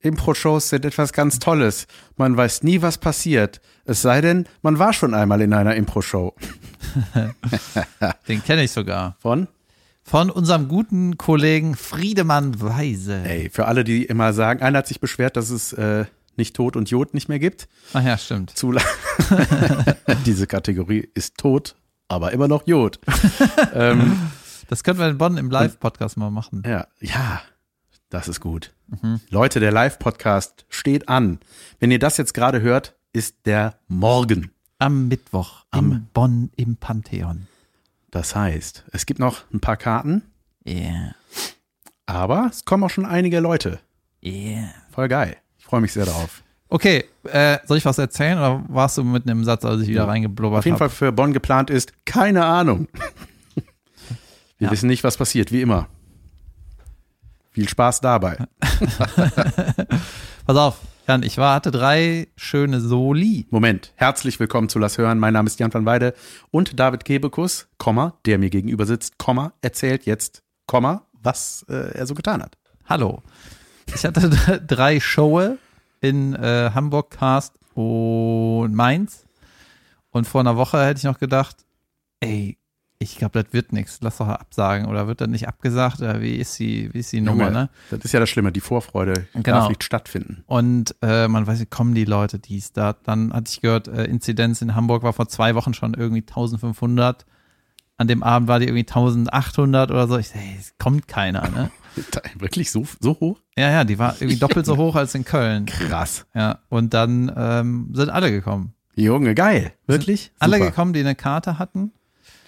Impro-Shows sind etwas ganz Tolles. Man weiß nie, was passiert. Es sei denn, man war schon einmal in einer Impro-Show. Den kenne ich sogar. Von? Von unserem guten Kollegen Friedemann Weise. Ey, für alle, die immer sagen, einer hat sich beschwert, dass es äh, nicht Tod und Jod nicht mehr gibt. Ach ja, stimmt. Zu lang. Diese Kategorie ist tot, aber immer noch Jod. ähm, Das könnten wir in Bonn im Live-Podcast mal machen. ja, ja, das ist gut. Leute, der Live-Podcast steht an. Wenn ihr das jetzt gerade hört, ist der Morgen. Am Mittwoch am in Bonn im Pantheon. Das heißt, es gibt noch ein paar Karten, Yeah. aber es kommen auch schon einige Leute. Yeah. Voll geil. Ich freue mich sehr darauf. Okay, äh, soll ich was erzählen oder warst du mit einem Satz, als ich wieder reingeblubbert Auf jeden habe? Fall für Bonn geplant ist, keine Ahnung. Wir Ja. wissen nicht, was passiert, wie immer. Viel Spaß dabei. Pass auf, Jan, ich war, hatte drei schöne Soli. Moment, herzlich willkommen zu Lass Hören. Mein Name ist Jan van Weide und David Kebekus, Komma, der mir gegenüber sitzt, Komma, erzählt jetzt, Komma, was äh, er so getan hat. Hallo. Ich hatte d- drei Showe in äh, Hamburg, Cast und Mainz. Und vor einer Woche hätte ich noch gedacht, ey, ich glaube, das wird nichts. Lass doch absagen. Oder wird das nicht abgesagt? Oder wie ist die, wie ist die Nummer, Junge, ne? Das ist ja das Schlimme, die Vorfreude Genau. darf nicht stattfinden. Und äh, man weiß nicht, kommen die Leute, die es da. Dann hatte ich gehört, äh, Inzidenz in Hamburg war vor zwei Wochen schon irgendwie 1500. An dem Abend war die irgendwie 1800 oder so. Ich dachte, hey, es kommt keiner, ne? Wirklich so, so hoch? Ja, ja, die war irgendwie doppelt so hoch als in Köln. Krass. Ja, und dann ähm, sind alle gekommen. Junge, geil. Wirklich? Alle Super. gekommen, die eine Karte hatten.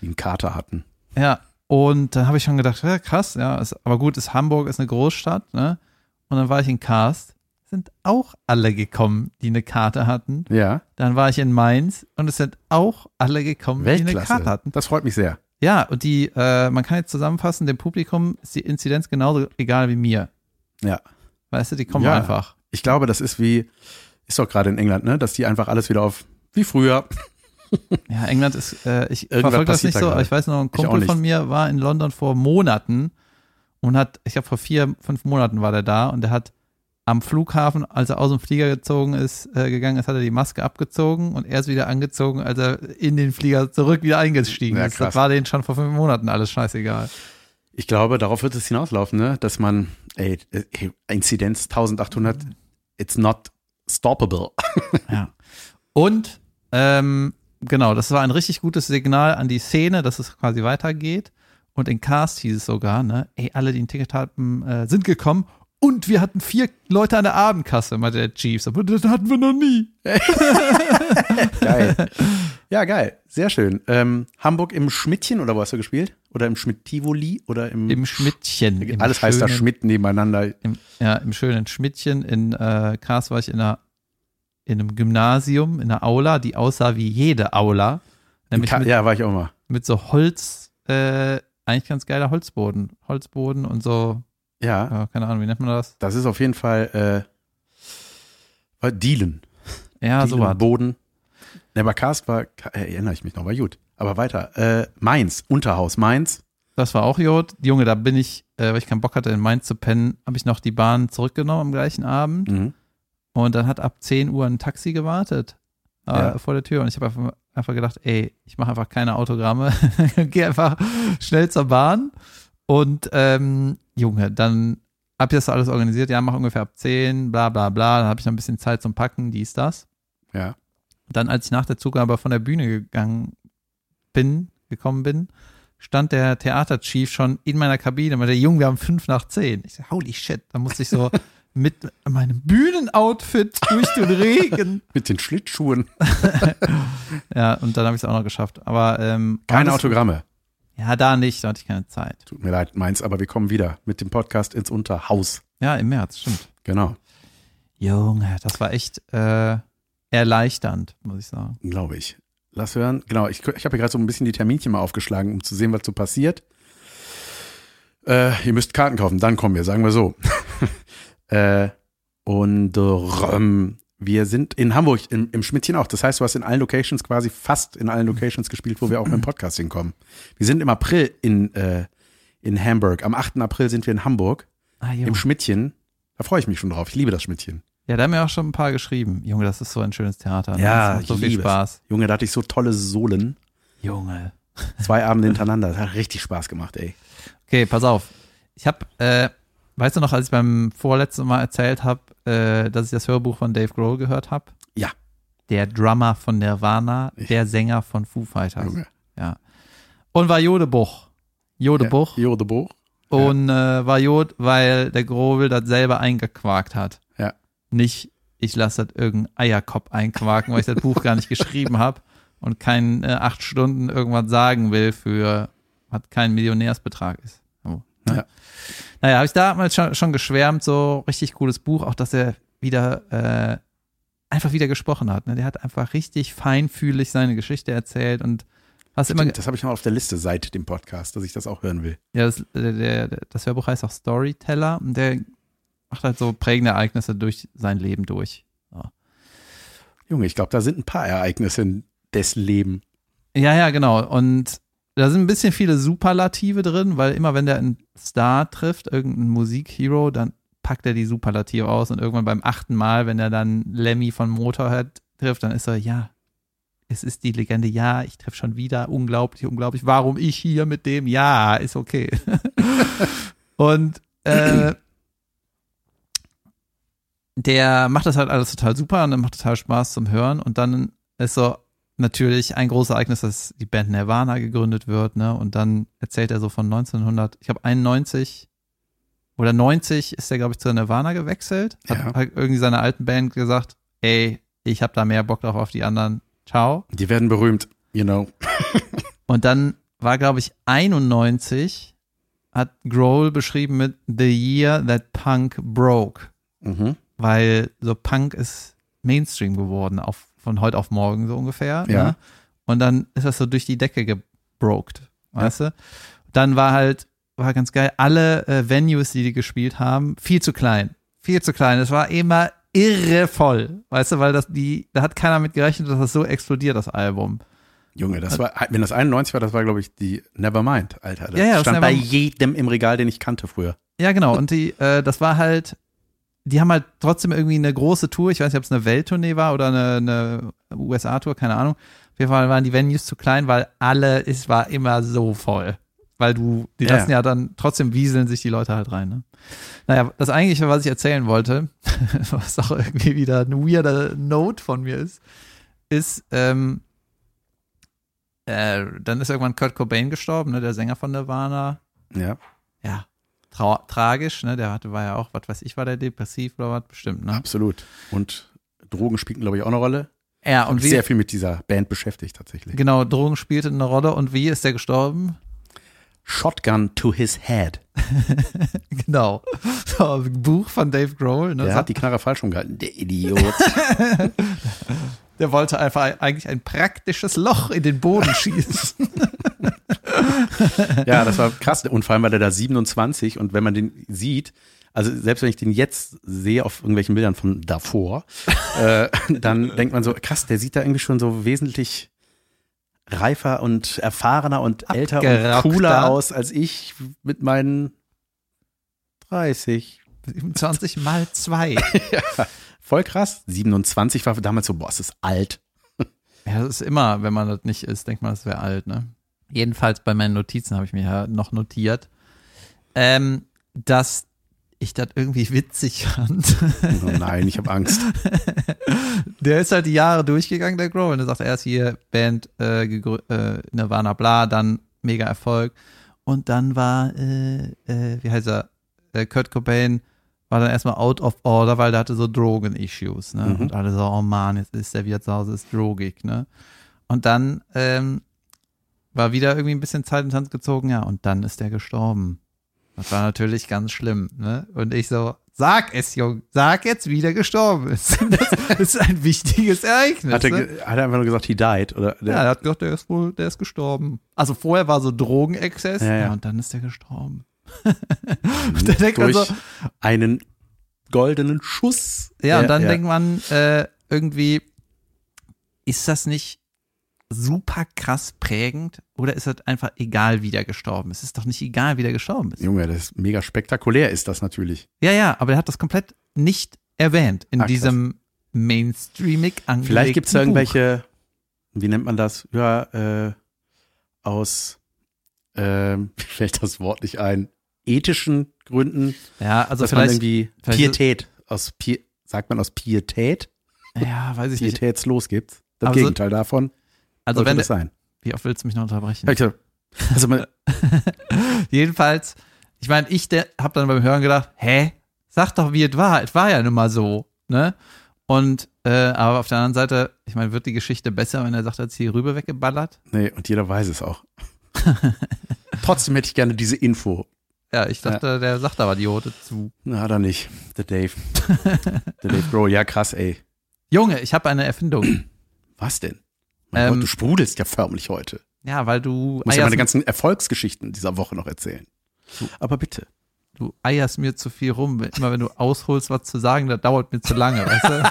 Die einen Kater hatten. Ja, und dann habe ich schon gedacht, ja, krass, ja, ist, aber gut, ist Hamburg, ist eine Großstadt, ne? Und dann war ich in Karst, sind auch alle gekommen, die eine Karte hatten. Ja. Dann war ich in Mainz und es sind auch alle gekommen, die eine Weltklasse. Karte hatten. Das freut mich sehr. Ja, und die, äh, man kann jetzt zusammenfassen, dem Publikum ist die Inzidenz genauso egal wie mir. Ja. Weißt du, die kommen Ja. einfach. Ich glaube, das ist wie, ist doch gerade in England, ne, dass die einfach alles wieder auf, wie früher. Ja, England ist, äh, ich Irgendwas verfolge das passiert nicht da so, aber gerade. ich weiß noch, ein Ich auch Kumpel nicht. von mir war in London vor Monaten und hat, ich glaube vor vier, fünf Monaten war der da und der hat am Flughafen, als er aus dem Flieger gezogen ist, äh, gegangen ist, hat er die Maske abgezogen und erst wieder angezogen, als er in den Flieger zurück wieder eingestiegen Ja, ist. Das krass. war denen schon vor fünf Monaten alles scheißegal. Ich glaube, darauf wird es hinauslaufen, ne, dass man, ey, ey Inzidenz 1800, it's not stoppable. Ja. Und ähm, genau, das war ein richtig gutes Signal an die Szene, dass es quasi weitergeht. Und in Cast hieß es sogar, ne, ey, alle, die ein Ticket hatten, äh, sind gekommen. Und wir hatten vier Leute an der Abendkasse, meinte der Chiefs. Aber das hatten wir noch nie. Geil. ja, geil. Sehr schön. Ähm, Hamburg im Schmidtchen oder wo hast du gespielt? Oder im Schmidt-Tivoli oder im, Im Schmidtchen. Im alles heißt da schönen- Schmidt nebeneinander. Im, ja, im schönen Schmidtchen. In äh, Cast war ich in, einer, in einem Gymnasium, in einer Aula, die aussah wie jede Aula. Im Nämlich Ka- mit, ja, war ich auch mal. mit so Holz, äh, eigentlich ganz geiler Holzboden. Holzboden und so Ja, Ja, keine Ahnung, wie nennt man das? das ist auf jeden Fall äh, war Dielen. Ja, Ah, so war. Boden. Ne, aber Karst war, äh, erinnere ich mich noch, war gut. Aber weiter. Äh, Mainz, Unterhaus, Mainz. Das war auch Jod. Junge, da bin ich, äh, weil ich keinen Bock hatte, in Mainz zu pennen, habe ich noch die Bahn zurückgenommen am gleichen Abend. Mhm. Und dann hat ab 10 Uhr ein Taxi gewartet äh, Ja. vor der Tür. Und ich habe einfach, einfach gedacht, ey, ich mache einfach keine Autogramme. Geh einfach schnell zur Bahn. Und ähm, Junge, dann hab ich das alles organisiert. Ja, mach ungefähr ab 10, bla bla bla. Dann habe ich noch ein bisschen Zeit zum Packen, dies, das. Ja. Dann, als ich nach der Zugabe von der Bühne gegangen bin, gekommen bin, stand der Theaterchief schon in meiner Kabine und der Junge, wir haben fünf nach zehn. Ich so, holy shit, da musste ich so mit meinem Bühnenoutfit durch den Regen. Mit den Schlittschuhen. Ja, und dann habe ich es auch noch geschafft. Aber ähm, Keine war das- Autogramme. Ja, da nicht, da hatte ich keine Zeit. Tut mir leid, Mainz, aber wir kommen wieder mit dem Podcast ins Unterhaus. Ja, im März, stimmt. Genau, Junge, das war echt äh, erleichternd, muss ich sagen. glaube ich. Lass hören. Genau, ich, ich habe hier gerade so ein bisschen die Terminchen mal aufgeschlagen, um zu sehen, was so passiert. Äh, ihr müsst Karten kaufen, dann kommen wir, sagen wir so. äh, und ähm, wir sind in Hamburg, im, im Schmidtchen auch. Das heißt, du hast in allen Locations quasi fast in allen Locations gespielt, wo wir auch mit dem Podcast hinkommen. Wir sind im April in, äh, in Hamburg. Am 8. April sind wir in Hamburg. Ah, im Junge. Schmidtchen. Da freue ich mich schon drauf. Ich liebe das Schmidtchen. Ja, da haben mir auch schon ein paar geschrieben. Junge, das ist so ein schönes Theater. ne? Ja, das macht so ich viel liebe es. Spaß. Junge, da hatte ich so tolle Sohlen. Junge. Zwei Abende hintereinander. Das hat richtig Spaß gemacht, ey. Okay, pass auf. Ich habe, äh, weißt du noch, als ich beim vorletzten Mal erzählt habe, äh, dass ich das Hörbuch von Dave Grohl gehört habe? Ja. Der Drummer von Nirvana, der Sänger von Foo Fighters. Junge. Ja. Und war Jodebuch. Jodebuch. Ja, Jodebuch. Und äh, war Jod, weil der Grovel das selber eingequakt hat. Ja. Nicht, ich lasse das irgendein Eierkopf einquaken, weil ich das Buch gar nicht geschrieben habe und kein äh, acht Stunden irgendwas sagen will für, hat kein Millionärsbetrag ist. So, ne? Ja. Naja, habe ich damals schon, schon geschwärmt, so richtig cooles Buch, auch dass er wieder äh, einfach wieder gesprochen hat. Ne? Der hat einfach richtig feinfühlig seine Geschichte erzählt und hast immer, Stimmt, das habe ich noch auf der Liste seit dem Podcast, dass ich das auch hören will. ja, das, der, der, das Hörbuch heißt auch Storyteller und der macht halt so prägende Ereignisse durch sein Leben durch. Junge, ich glaube, da sind ein paar Ereignisse in des Leben. Ja, ja, genau. Und da sind ein bisschen viele Superlative drin, weil immer wenn der einen Star trifft, irgendeinen Musikhero, dann packt er die Superlative aus und irgendwann beim achten Mal, wenn er dann Lemmy von Motorhead trifft, dann ist er, ja, es ist die Legende, ja, ich treffe schon wieder, unglaublich, unglaublich, warum ich hier mit dem, ja, ist okay. und äh, der macht das halt alles total super und dann macht total Spaß zum Hören und dann ist so, natürlich ein großes Ereignis, dass die Band Nirvana gegründet wird, ne? Und dann erzählt er so von 1900, ich glaube 91 oder 90 ist er glaube ich zu Nirvana gewechselt, hat, Ja. hat irgendwie seiner alten Band gesagt, ey, ich habe da mehr Bock drauf auf die anderen, ciao. Die werden berühmt, you know. Und dann war glaube ich 91 hat Grohl beschrieben mit The Year That Punk Broke Mhm. weil so Punk ist Mainstream geworden, auf, von heute auf morgen so ungefähr. Ja. Ne? Und dann ist das so durch die Decke gebroked, weißt du? Dann war halt, war ganz geil, alle äh, Venues, die die gespielt haben, viel zu klein. Viel zu klein. Es war immer irre voll, weißt du, weil das die, da hat keiner mit gerechnet, dass das so explodiert, das Album. Junge, Äh. das war, wenn das 91 war, das war, glaube ich, die Nevermind, Alter. Das Ja, ja, das stand bei Nevermind. jedem im Regal, den ich kannte früher. Ja, genau. Und die, äh, das war halt, die haben halt trotzdem irgendwie eine große Tour. Ich weiß nicht, ob es eine Welttournee war oder eine, eine USA-Tour, keine Ahnung. Auf jeden Fall waren die Venues zu klein, weil alle, es war immer so voll. Weil du, die Ja. lassen ja dann, trotzdem wieseln sich die Leute halt rein. Ne? Naja, das eigentliche, was ich erzählen wollte, was auch irgendwie wieder eine weirde Note von mir ist, ist, ähm, äh, dann ist irgendwann Kurt Cobain gestorben, ne, der Sänger von Nirvana Ja. ja, trau- tragisch, ne? Der hatte, war ja auch, was weiß ich, war der depressiv oder was bestimmt, ne? Absolut. Und Drogen spielten, glaube ich, auch eine Rolle. Ja, Und und ich wie, sehr viel mit dieser Band beschäftigt, tatsächlich. genau, Drogen spielte eine Rolle und wie ist der gestorben? Shotgun to his head. Genau. So, Buch von Dave Grohl, ne? Der Sagt, hat die Knarre falsch umgehalten. Der Idiot. Der wollte einfach eigentlich ein praktisches Loch in den Boden schießen. ja, das war krass. Und vor allem war der da 27 und wenn man den sieht, also selbst wenn ich den jetzt sehe auf irgendwelchen Bildern von davor, äh, dann denkt man so, krass, der sieht da irgendwie schon so wesentlich reifer und erfahrener und älter und Abgerockter. cooler aus als ich mit meinen 30. 27 mal zwei. Voll krass. 27 war damals so, boah, es ist alt. Ja, das ist immer, wenn man das nicht ist, denkt man, das wäre alt, ne? Jedenfalls bei meinen Notizen habe ich mir ja noch notiert, ähm, dass ich das irgendwie witzig fand. Oh nein, ich habe Angst. Der ist halt die Jahre durchgegangen, der Grohl. Und er sagt erst hier Band äh, gegrü- äh, Nirvana bla, dann mega Erfolg. Und dann war, äh, äh, wie heißt er, äh, Kurt Cobain war dann erstmal out of order, weil der hatte so Drogen-Issues. Ne? Mhm. Und alle so, oh Mann, jetzt ist der wieder zu Hause, ist drogig. Ne? Und dann ähm, war wieder irgendwie ein bisschen Zeit ins Hand gezogen, ja. Und dann ist der gestorben. Das war natürlich ganz schlimm. Ne? Und ich so, sag es, Jung, sag jetzt, wie der gestorben ist. Das ist ein wichtiges Ereignis. Hat er, ne? ge- hat er einfach nur gesagt, he died? Oder der, Ja, er hat gedacht, der ist wohl, der ist gestorben. Also vorher war so Drogenexzess, Ja, ja, ja. und dann ist der gestorben. und dann denkt man durch so, einen goldenen Schuss. ja, und dann denkt man äh, irgendwie, ist das nicht super krass prägend oder ist das einfach egal, wie der gestorben ist? Es ist doch nicht egal, wie der gestorben ist. Junge, das ist mega spektakulär ist das natürlich. Ja, ja, aber der hat das komplett nicht erwähnt in Ah, krass. diesem mainstreamig angelegten Vielleicht gibt es Buch. irgendwelche, wie nennt man das? Ja, äh, aus, ähm, mir fällt das Wort nicht ein, ethischen Gründen, Ja, also dass man vielleicht. irgendwie vielleicht- Pietät, aus Pi sagt man aus Pietät, Ja, weiß ich nicht. pietätslos gibt. Das Aber so- Gegenteil davon Also sollte wenn. das sein. Wie oft willst du mich noch unterbrechen? Ja, klar. Also man, Jedenfalls, ich meine, ich habe dann beim Hören gedacht, hä, sag doch, wie es war. Es war ja nun mal so, ne? Und äh, aber auf der anderen Seite, ich meine, wird die Geschichte besser, wenn er sagt, er hat sie rüber weggeballert? nee, und jeder weiß es auch. Trotzdem hätte ich gerne diese Info. Ja, ich dachte, der sagt aber die Jote zu. Na, dann nicht. Der Dave. Der Dave Grohl, ja krass, ey. Junge, ich habe eine Erfindung. Was denn? Mein Ähm, Gott, du sprudelst ja förmlich heute. Ja, weil du Du musst Ah, ja meine eierst, ganzen Erfolgsgeschichten dieser Woche noch erzählen. Aber bitte. du eierst mir zu viel rum. Immer wenn du ausholst, was zu sagen, das dauert mir zu lange, weißt du?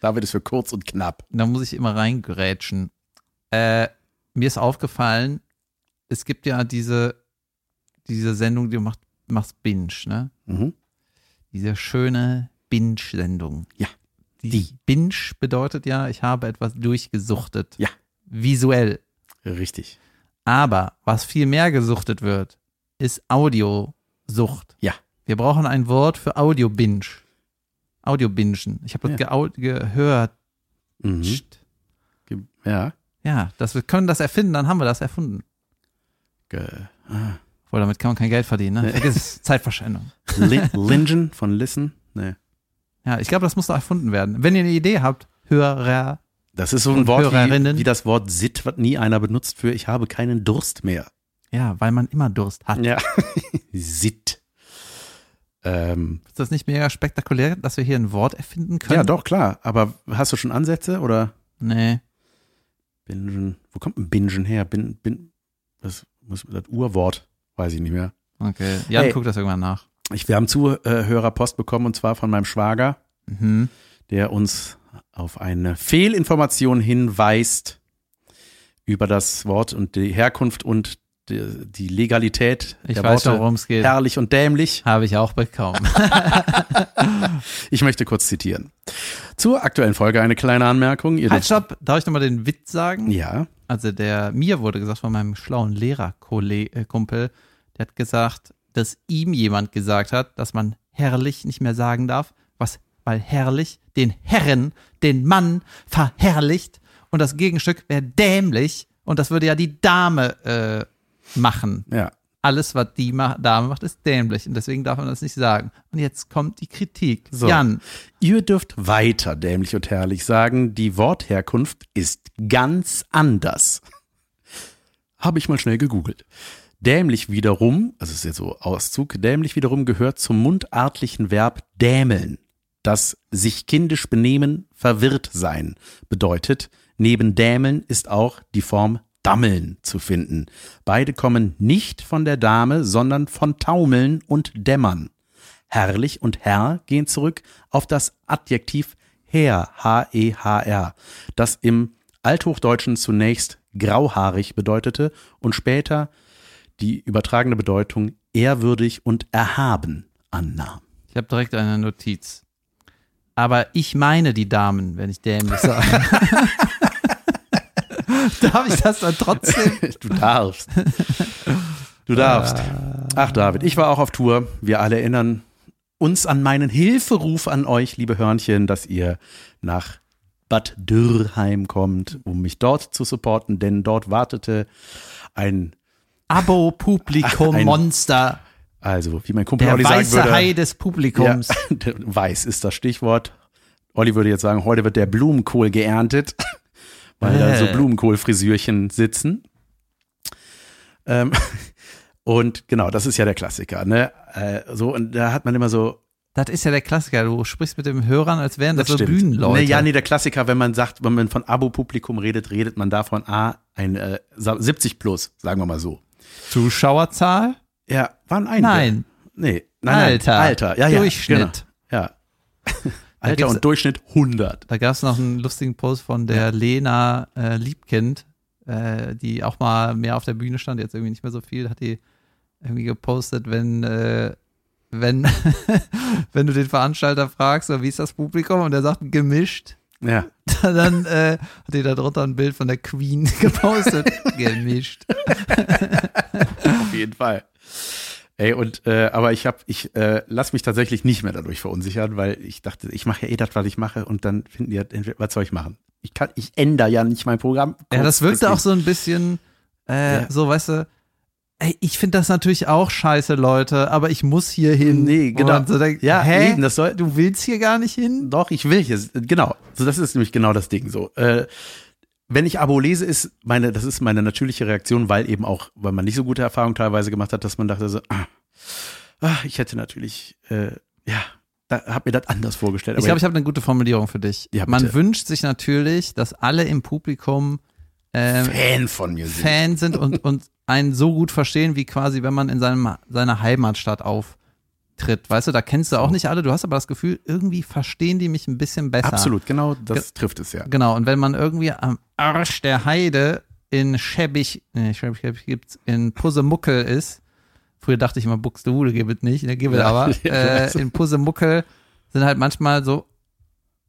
Da wird es für kurz und knapp. da muss ich immer reingrätschen. Äh, mir ist aufgefallen, es gibt ja diese, diese Sendung, die du macht, machst Binge, ne? Mhm. Diese schöne Binge-Sendung. Ja, Die. die. Binge bedeutet ja, ich habe etwas durchgesuchtet. Ja. Visuell. Richtig. Aber was viel mehr gesuchtet wird, ist Audiosucht. Ja. Wir brauchen ein Wort für Audio-Binge. Audio-Bingen. Ich habe das Ja. geau- gehört. Mhm. Ge- Ja. Ja, das, wir können das erfinden, dann haben wir das erfunden. Ge- Boah, damit kann man kein Geld verdienen, ne? Nee. Vergiss es, Zeitverschwendung. Lin Lingen von Listen. Nee. Ja, ich glaube, das muss doch erfunden werden. Wenn ihr eine Idee habt, Hörer, Das ist so Und ein Wort Hörerinnen? wie, wie das Wort Sit, was nie einer benutzt für ich habe keinen Durst mehr. ja, weil man immer Durst hat. Ja. Sit. Ähm, Ist das nicht mega spektakulär, dass wir hier ein Wort erfinden können? ja, doch, klar. Aber hast du schon Ansätze oder Nee. Bingen? Wo kommt ein Bingen her? Bin, bin, das, das Urwort, weiß ich nicht mehr. Okay. Jan, Hey. guck das irgendwann nach. Ich, wir haben Zuhörerpost bekommen und zwar von meinem Schwager. Mhm. der uns auf eine Fehlinformation hinweist über das Wort und die Herkunft und die, die Legalität Ich der weiß, Worte worum es geht. herrlich und dämlich. Habe ich auch bekommen. Ich möchte kurz zitieren. Zur aktuellen Folge eine kleine Anmerkung. Ihr halt, dürft, stopp. Darf ich nochmal den Witz sagen? ja, Also der, mir wurde gesagt von meinem schlauen Lehrerkumpel, der hat gesagt, dass ihm jemand gesagt hat, dass man herrlich nicht mehr sagen darf, was, weil herrlich den Herren, den Mann verherrlicht und das Gegenstück wäre dämlich und das würde ja die Dame äh, machen. ja. Alles, was die ma Dame macht, ist dämlich und deswegen darf man das nicht sagen. Und jetzt kommt die Kritik. So. Jan, Ihr dürft weiter dämlich und herrlich sagen, die Wortherkunft ist ganz anders. Habe ich mal schnell gegoogelt. Dämlich wiederum, also ist jetzt so Auszug, dämlich wiederum gehört zum mundartlichen Verb dämeln, das sich kindisch benehmen, verwirrt sein bedeutet. Neben dämeln ist auch die Form dammeln zu finden. Beide kommen nicht von der Dame, sondern von taumeln und dämmern. Herrlich und Herr gehen zurück auf das Adjektiv Herr, H-E-H-R, das im Althochdeutschen zunächst grauhaarig bedeutete und später die übertragene Bedeutung ehrwürdig und erhaben annahm. ich habe direkt eine Notiz. Aber ich meine die Damen, wenn ich dämlich sage. Darf ich das dann trotzdem? Du darfst. Äh. Du darfst. Ach, David, ich war auch auf Tour. Wir alle erinnern uns an meinen Hilferuf an euch, liebe Hörnchen, dass ihr nach Bad Dürrheim kommt, um mich dort zu supporten, denn dort wartete ein, Ein- Abo-Publikum-Monster. also wie mein Kumpel Der Olli sagen weiße würde, Hai des Publikums. Ja, der weiß ist das Stichwort. Olli würde jetzt sagen, heute wird der Blumenkohl geerntet, weil da so Äh. Blumenkohlfrisürchen sitzen. Ähm, und genau, das ist ja der Klassiker, ne? Äh, so, und da hat man immer so. Das ist ja der Klassiker. Du sprichst mit den Hörern, als wären das, so stimmt. Bühnenleute. Nee, ja, nee, der Klassiker, wenn man sagt, wenn man von Abo-Publikum redet, redet man davon, ah, ein äh, 70 plus, sagen wir mal so. Zuschauerzahl? Ja, waren einige. Nein. Nee, nein, nein. Alter. Alter, ja, genau. ja. Durchschnitt. Genau. Ja. Da Alter gibt's- und Durchschnitt 100. Da gab es noch einen lustigen Post von der Lena äh, Liebkind, äh, die auch mal mehr auf der Bühne stand, jetzt irgendwie nicht mehr so viel, hat die irgendwie gepostet, wenn, äh, wenn, wenn du den Veranstalter fragst, so, wie ist das Publikum? Und er sagt, gemischt. Ja. Dann äh, hat die da drunter ein Bild von der Queen gepostet. gemischt. Auf jeden Fall. Ey, und äh, aber ich habe, ich äh, lass mich tatsächlich nicht mehr dadurch verunsichern, weil ich dachte, ich mache ja eh das, was ich mache, und dann finden die halt, entweder- was soll ich machen? Ich kann, ich ändere ja nicht mein Programm. Ja, das wirkte auch so ein bisschen, äh, Ja. so, weißt du, ey, ich finde das natürlich auch scheiße, Leute, aber ich muss hier hin. Nee, Wo genau. man So denkt, Ja, hä? eben, das soll, du willst hier gar nicht hin? Doch, ich will hier. Genau. So, das ist nämlich genau das Ding. So, äh, wenn ich Abo lese, ist meine, das ist meine natürliche Reaktion, weil eben auch, weil man nicht so gute Erfahrungen teilweise gemacht hat, dass man dachte so, ah, ah, ich hätte natürlich, äh, ja, da habe mir das anders vorgestellt. Ich glaube, ich habe eine gute Formulierung für dich. Ja, Man bitte. wünscht sich natürlich, dass alle im Publikum ähm, Fan von mir sind. Fan sind und, und einen so gut verstehen, wie quasi, wenn man in seinem, seiner Heimatstadt auftritt. Weißt du, da kennst du auch nicht alle, du hast aber das Gefühl, irgendwie verstehen die mich ein bisschen besser. Absolut, genau, das trifft es ja. Genau, und wenn man irgendwie am Arsch der Heide in Schäbig, nee, Schäbig, Schäbig gibt's, in Pussemuckel ist, früher dachte ich immer, Buxtehude gibt es nicht, ne, gibt es Ja, aber, ja, äh, weiß. in Pussemuckel sind halt manchmal so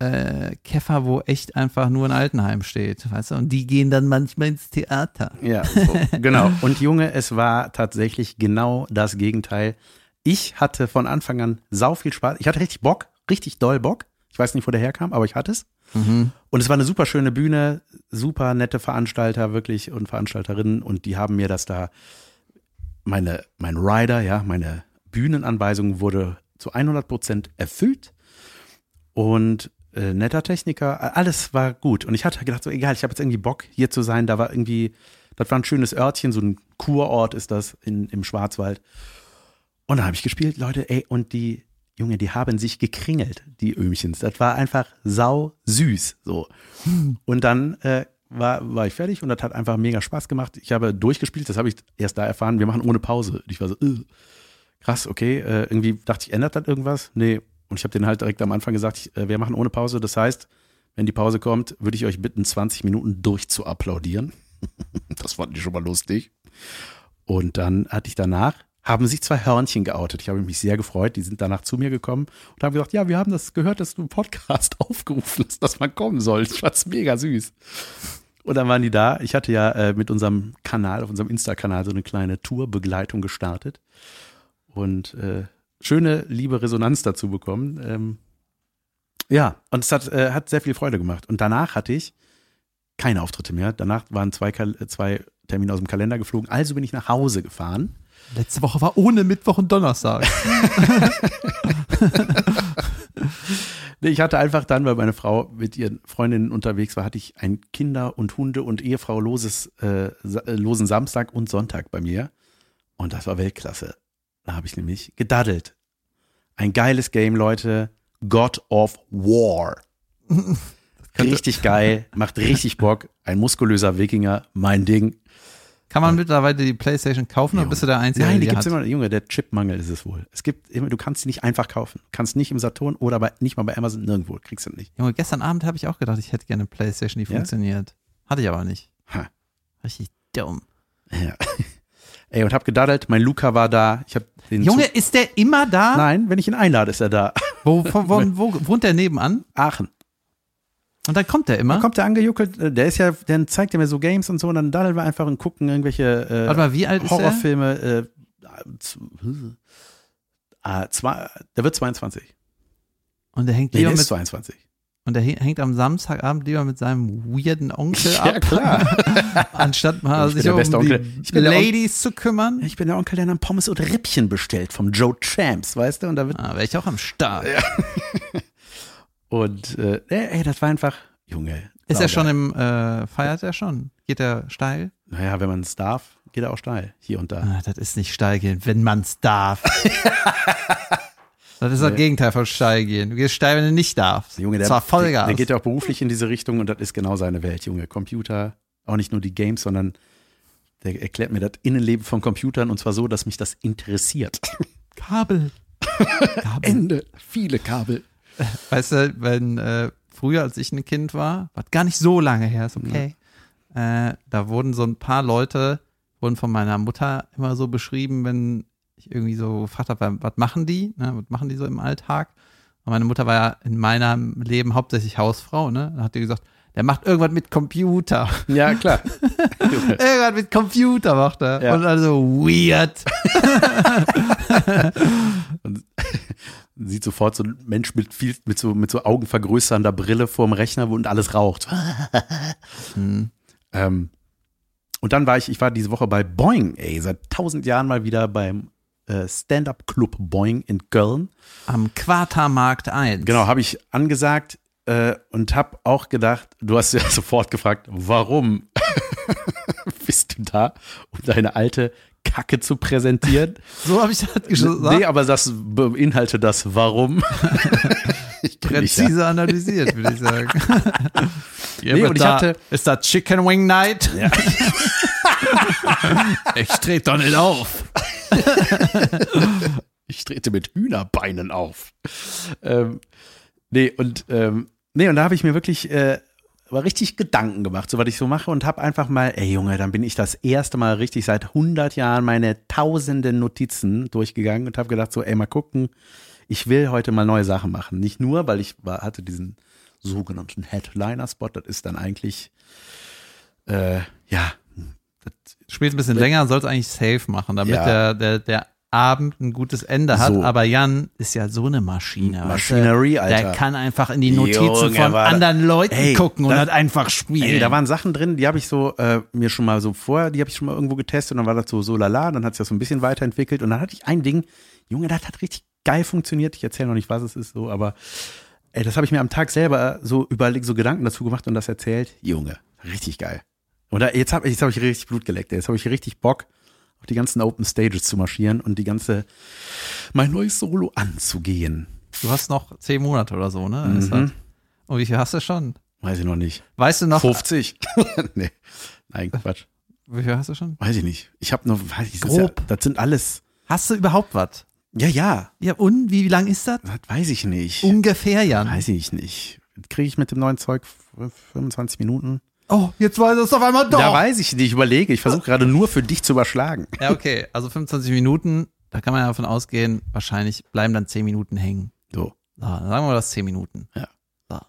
äh, Käfer, wo echt einfach nur ein Altenheim steht, weißt du, und die gehen dann manchmal ins Theater. Ja, so, genau. Und Junge, es war tatsächlich genau das Gegenteil. Ich hatte von Anfang an sau viel Spaß. Ich hatte richtig Bock, richtig doll Bock. Ich weiß nicht, wo der herkam, aber ich hatte es. Und es war eine super schöne Bühne, super nette Veranstalter wirklich und Veranstalterinnen und die haben mir das da, meine, mein Rider, ja, meine Bühnenanweisung wurde zu 100 Prozent erfüllt und äh, netter Techniker, a- alles war gut und ich hatte gedacht, so egal, ich habe jetzt irgendwie Bock hier zu sein, da war irgendwie, das war ein schönes Örtchen, so ein Kurort ist das in, im Schwarzwald und dann habe ich gespielt, Leute, ey, und die Junge, die haben sich gekringelt, die Öhmchens. Das war einfach sau süß, so. Und dann äh, war, war ich fertig und das hat einfach mega Spaß gemacht. Ich habe durchgespielt, das habe ich erst da erfahren. Wir machen ohne Pause. Und ich war so, äh, krass, okay. Äh, irgendwie dachte ich, ändert das irgendwas? Nee. Und ich habe denen halt direkt am Anfang gesagt, ich, äh, wir machen ohne Pause. Das heißt, wenn die Pause kommt, würde ich euch bitten, 20 Minuten durchzuapplaudieren. das fanden die schon mal lustig. Und dann hatte ich danach, haben sich zwei Hörnchen geoutet. Ich habe mich sehr gefreut. Die sind danach zu mir gekommen und haben gesagt, ja, wir haben das gehört, dass du einen Podcast aufgerufen hast, dass man kommen soll. Ich fand's mega süß. Und dann waren die da. Ich hatte ja äh, mit unserem Kanal, auf unserem Insta-Kanal so eine kleine Tourbegleitung gestartet und äh, schöne, liebe Resonanz dazu bekommen. Ähm, ja, und es hat, äh, hat sehr viel Freude gemacht. Und danach hatte ich keine Auftritte mehr. Danach waren zwei, Kal äh, zwei Termine aus dem Kalender geflogen. Also bin ich nach Hause gefahren. Letzte Woche war ohne Mittwoch und Donnerstag. Nee, ich hatte einfach dann, weil meine Frau mit ihren Freundinnen unterwegs war, hatte ich ein Kinder- und Hunde- und Ehefrau loses, äh, sa- äh, losen Samstag und Sonntag bei mir. Und das war Weltklasse. Da habe ich nämlich gedaddelt. Ein geiles Game, Leute. God of War. könnte- richtig geil, macht richtig Bock. Ein muskulöser Wikinger, mein Ding. Kann man mittlerweile die Playstation kaufen oder Junge. bist du der Einzige, Nein, die der gibt's hat? immer. Junge, der Chipmangel ist es wohl. Es gibt immer, du kannst sie nicht einfach kaufen. Du kannst nicht im Saturn oder bei, nicht mal bei Amazon nirgendwo. Kriegst du nicht. Junge, gestern Abend habe ich auch gedacht, ich hätte gerne eine Playstation, die Ja? funktioniert. Hatte ich aber nicht. Ha. Richtig dumm. Ja. Ey, und hab gedaddelt, mein Luca war da. Ich hab den Junge, ah. Zug- ist der immer da? Nein, wenn ich ihn einlade, ist er da. Wo, wo, wo, wo wohnt der nebenan? Aachen. Und dann kommt der immer. Kommt der angejuckelt, äh, der ist ja, dann zeigt er mir so Games und so und dann daddeln wir einfach und gucken irgendwelche Warte mal, wie alt äh, ist Horrorfilme. Äh, z- äh, zwei, der wird 22. der? Und der hängt Nee, lieber der ist mit, 22. und der hä- hängt am Samstagabend lieber mit seinem weirden Onkel ab, klar. anstatt mal Ich bin sich der um beste Onkel. Ich die bin der Onkel. Ladies zu kümmern. Ich bin der Onkel, der dann Pommes und Rippchen bestellt vom Joe Champs, weißt du? Und da wird Ah, wäre ich auch am Start. und äh, ey, das war einfach Junge. Ist er saugeil. schon im, äh, feiert er schon? Geht er steil? Naja, wenn man es darf, geht er auch steil hier und da. Ah, das ist nicht steil gehen, wenn man's darf. das ist das Gegenteil von steil gehen. Du gehst steil, wenn du nicht darfst. Der Junge, der, Zwar der, Vollgas. der geht ja auch beruflich in diese Richtung und das ist genau seine Welt, Junge. Computer, auch nicht nur die Games, sondern der erklärt mir das Innenleben von Computern und zwar so, dass mich das interessiert. Kabel. Kabel. Ende, viele Kabel. weißt du, wenn äh, früher, als ich ein Kind war, was gar nicht so lange her ist, okay, äh, da wurden so ein paar Leute, wurden von meiner Mutter immer so beschrieben, wenn ich irgendwie so gefragt habe, was machen die, ne, was machen die so im Alltag? Und meine Mutter war ja in meinem Leben hauptsächlich Hausfrau, ne? Dann hat die gesagt, der macht irgendwas mit Computer. Ja, klar. Irgendwas mit Computer macht er. Ja. Und also weird. Sieht sofort so ein Mensch mit, viel, mit, so, mit so augenvergrößernder Brille vorm Rechner wo- und alles raucht. Hm. Ähm, und dann war ich, ich war diese Woche bei Boing, ey, seit tausend Jahren mal wieder beim äh, Stand-Up-Club Boing in Köln. Am Quartermarkt 1. Genau, habe ich angesagt äh, und habe auch gedacht, du hast ja sofort gefragt, warum bist du da, um deine alte Kacke zu präsentieren? So habe ich das gesagt. nee, aber das beinhaltet das Warum. ich kenn dich ja. Präzise analysiert, würde ich sagen. Nee, ja, aber und ich da- hatte- Ist da Chicken Wing Night? Ja. ich trete doch nicht auf. Ich trete mit Hühnerbeinen auf. Ähm, nee, und, ähm, nee, und da habe ich mir wirklich äh, aber richtig Gedanken gemacht, so was ich so mache und habe einfach mal, ey Junge, dann bin ich das erste Mal richtig seit 100 Jahren meine tausenden Notizen durchgegangen und habe gedacht so, ey, mal gucken, ich will heute mal neue Sachen machen. Nicht nur, weil ich war, hatte diesen sogenannten Headliner-Spot, das ist dann eigentlich, äh, ja, Spielt ein bisschen länger, soll es eigentlich safe machen, damit Ja. der, der, der Abend ein gutes Ende hat. So. Aber Jan ist ja so eine Maschine. weißt du? Maschinerie, Alter. Der kann einfach in die Notizen Junge, von war- anderen Leuten Ey, gucken und das- hat einfach spielen. Ey, da waren Sachen drin, die habe ich so äh, mir schon mal so vorher, die habe ich schon mal irgendwo getestet und dann war das so so lala, dann hat sich das so ein bisschen weiterentwickelt und dann hatte ich ein Ding, Junge, das hat richtig geil funktioniert. Ich erzähle noch nicht, was es ist so, aber ey, das habe ich mir am Tag selber so überlegt, so Gedanken dazu gemacht und das erzählt. Junge, richtig geil. Und da, jetzt habe jetzt hab ich richtig Blut geleckt. ey. Jetzt habe ich richtig Bock, auf die ganzen Open Stages zu marschieren und die ganze, mein neues Solo anzugehen. du hast noch zehn Monate oder so, ne? Ist das. Und wie viel hast du schon? Weiß ich noch nicht. Weißt du noch, 50? nee. Nein, Quatsch. wie viel hast du schon? Weiß ich nicht. Ich habe noch, weiß ich, das, ist ja, Grob. das sind alles. Hast du überhaupt was? Ja, ja, Ja, und wie lang ist das? das weiß ich nicht. Ungefähr, Jan. Weiß ich nicht. Kriege ich mit dem neuen Zeug f- 25 Minuten? Oh, jetzt weiß er es auf einmal doch. Da weiß ich nicht, ich überlege. Ich versuche gerade nur für dich zu überschlagen. ja, okay. Also 25 Minuten, da kann man ja davon ausgehen, wahrscheinlich bleiben dann 10 Minuten hängen. So. So, dann sagen wir mal, das 10 Minuten. Ja. So.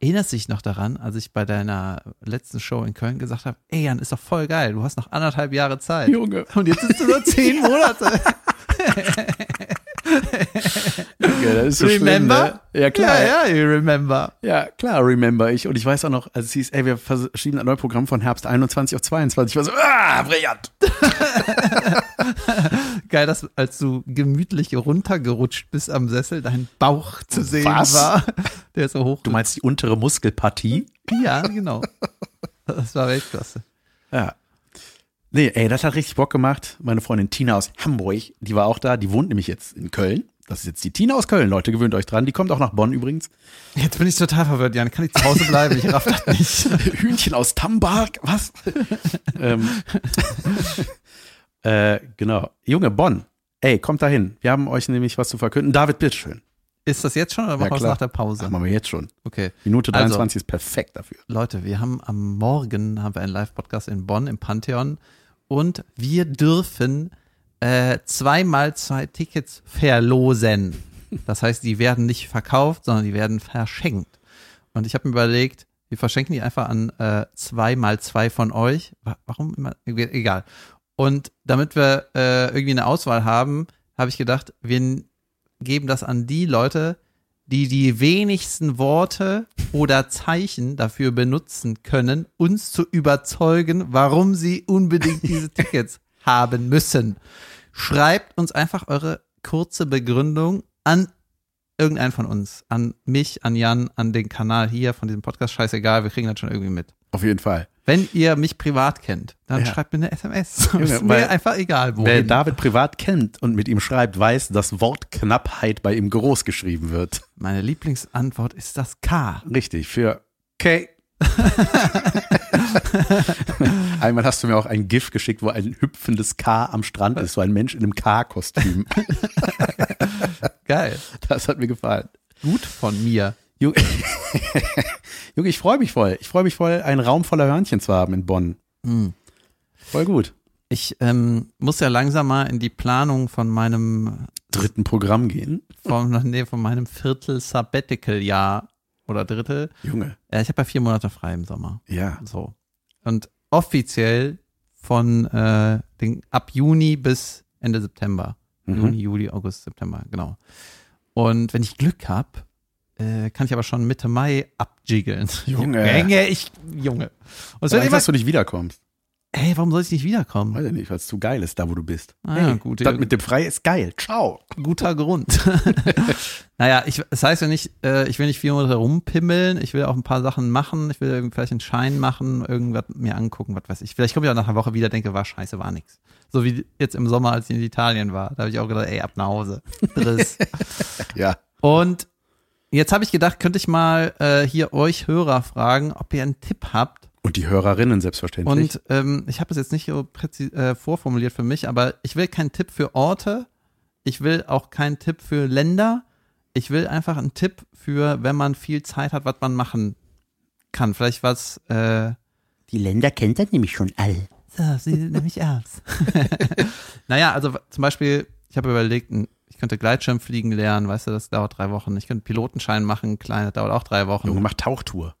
Erinnerst dich noch daran, als ich bei deiner letzten Show in Köln gesagt habe, ey Jan, ist doch voll geil, du hast noch anderthalb Jahre Zeit. Junge. Und jetzt ist es nur 10 Monate. Ja, das ist remember? ne? Ja, klar. Ja, Ja, ja, you remember. klar, remember ich. Und ich weiß auch noch, als es hieß, ey, wir verschieben das neue Programm von Herbst 21 auf 22. Ich war so, ah, brillant. Geil, dass als du gemütlich runtergerutscht bist am Sessel, dein Bauch zu sehen Was? war. Der ist so hoch. Du meinst die untere Muskelpartie? Ja, genau. Das war Weltklasse. Ja. Nee, ey, das hat richtig Bock gemacht. Meine Freundin Tina aus Hamburg, die war auch da, die wohnt nämlich jetzt in Köln. Das ist jetzt die Tina aus Köln, Leute, gewöhnt euch dran. Die kommt auch nach Bonn übrigens. Jetzt bin ich total verwirrt, Jan. Kann ich zu Hause bleiben? Ich raff das nicht. Hühnchen aus Tambark, was? ähm, äh, genau. Junge, Bonn. Ey, kommt da hin. Wir haben euch nämlich was zu verkünden. David, bitteschön. Ist das jetzt schon oder Ja, machen wir es klar. nach der Pause? Das machen wir jetzt schon. Okay. Minute Also. 23 ist perfekt dafür. Leute, wir haben am Morgen haben wir einen Live-Podcast in Bonn im Pantheon und wir dürfen äh, zweimal zwei Tickets verlosen. Das heißt, die werden nicht verkauft, sondern die werden verschenkt. Und ich habe mir überlegt, wir verschenken die einfach an äh, zwei mal zwei von euch. Wa- Warum immer? E-, Egal. Und damit wir äh, irgendwie eine Auswahl haben, habe ich gedacht, wir n- geben das an die Leute, die die wenigsten Worte oder Zeichen dafür benutzen können, uns zu überzeugen, warum sie unbedingt diese Tickets haben müssen. Schreibt uns einfach eure kurze Begründung an irgendeinen von uns, an mich, an Jan, an den Kanal hier von diesem Podcast, scheißegal, wir kriegen das schon irgendwie mit. Auf jeden Fall. Wenn ihr mich privat kennt, dann Ja. schreibt mir eine SMS. ist weil- mir einfach Wer egal, wohin. David privat kennt und mit ihm schreibt, weiß, dass Wort Knappheit bei ihm groß geschrieben wird. Meine Lieblingsantwort ist das K. Richtig, für okay. Einmal hast du mir auch ein GIF geschickt, wo ein hüpfendes K am Strand ist, so ein Mensch in einem K-Kostüm. Geil. Das hat mir gefallen. gut von mir. Junge, Junge ich freue mich voll. Ich freue mich voll, einen Raum voller Hörnchen zu haben in Bonn. Hm. Voll gut. Ich ähm, muss ja langsam mal in die Planung von meinem, Dritten Programm gehen. von, nee, von meinem Viertel Sabbatical-Jahr oder Drittel. Junge, Äh, ich habe ja vier Monate frei im Sommer. ja. So. Und offiziell von äh, den, ab Juni bis Ende September. Juni, Mhm. Juli, August, September, genau. Und wenn ich Glück habe, äh, kann ich aber schon Mitte Mai abjiggeln. Junge. Junge, ich, Junge. Und es wird Vielleicht, immer, dass du nicht wiederkommst. hey, warum soll ich nicht wiederkommen? Weiß ich nicht, weil es zu geil ist, da wo du bist. Ah, hey, gut. das mit dem Frei ist geil. Ciao. Guter Grund. naja, ich, das heißt ja nicht, äh, ich will nicht viel rumpimmeln, ich will auch ein paar Sachen machen, ich will irgend- vielleicht einen Schein machen, irgendwas mir angucken, was weiß ich. Vielleicht komme ich auch nach einer Woche wieder, denke, war scheiße, war nix. So wie jetzt im Sommer, als ich in Italien war, da habe ich auch gedacht, ey, ab nach Hause. Driss. Ja. Und jetzt habe ich gedacht, könnte ich mal äh, hier euch Hörer fragen, ob ihr einen Tipp habt. Und die Hörerinnen selbstverständlich. Und ähm, ich habe es jetzt nicht so präzi- äh, vorformuliert für mich, aber ich will keinen Tipp für Orte. Ich will auch keinen Tipp für Länder. Ich will einfach einen Tipp für, wenn man viel Zeit hat, was man machen kann. Vielleicht was. Äh, die Länder kennt er nämlich schon all. so, sieht nämlich aus. naja, also w- zum Beispiel, ich habe überlegt, n- ich könnte Gleitschirmfliegen lernen, weißt du, das dauert drei Wochen. Ich könnte Pilotenschein machen, klein, das dauert auch drei Wochen. Junge, mach Tauchtour,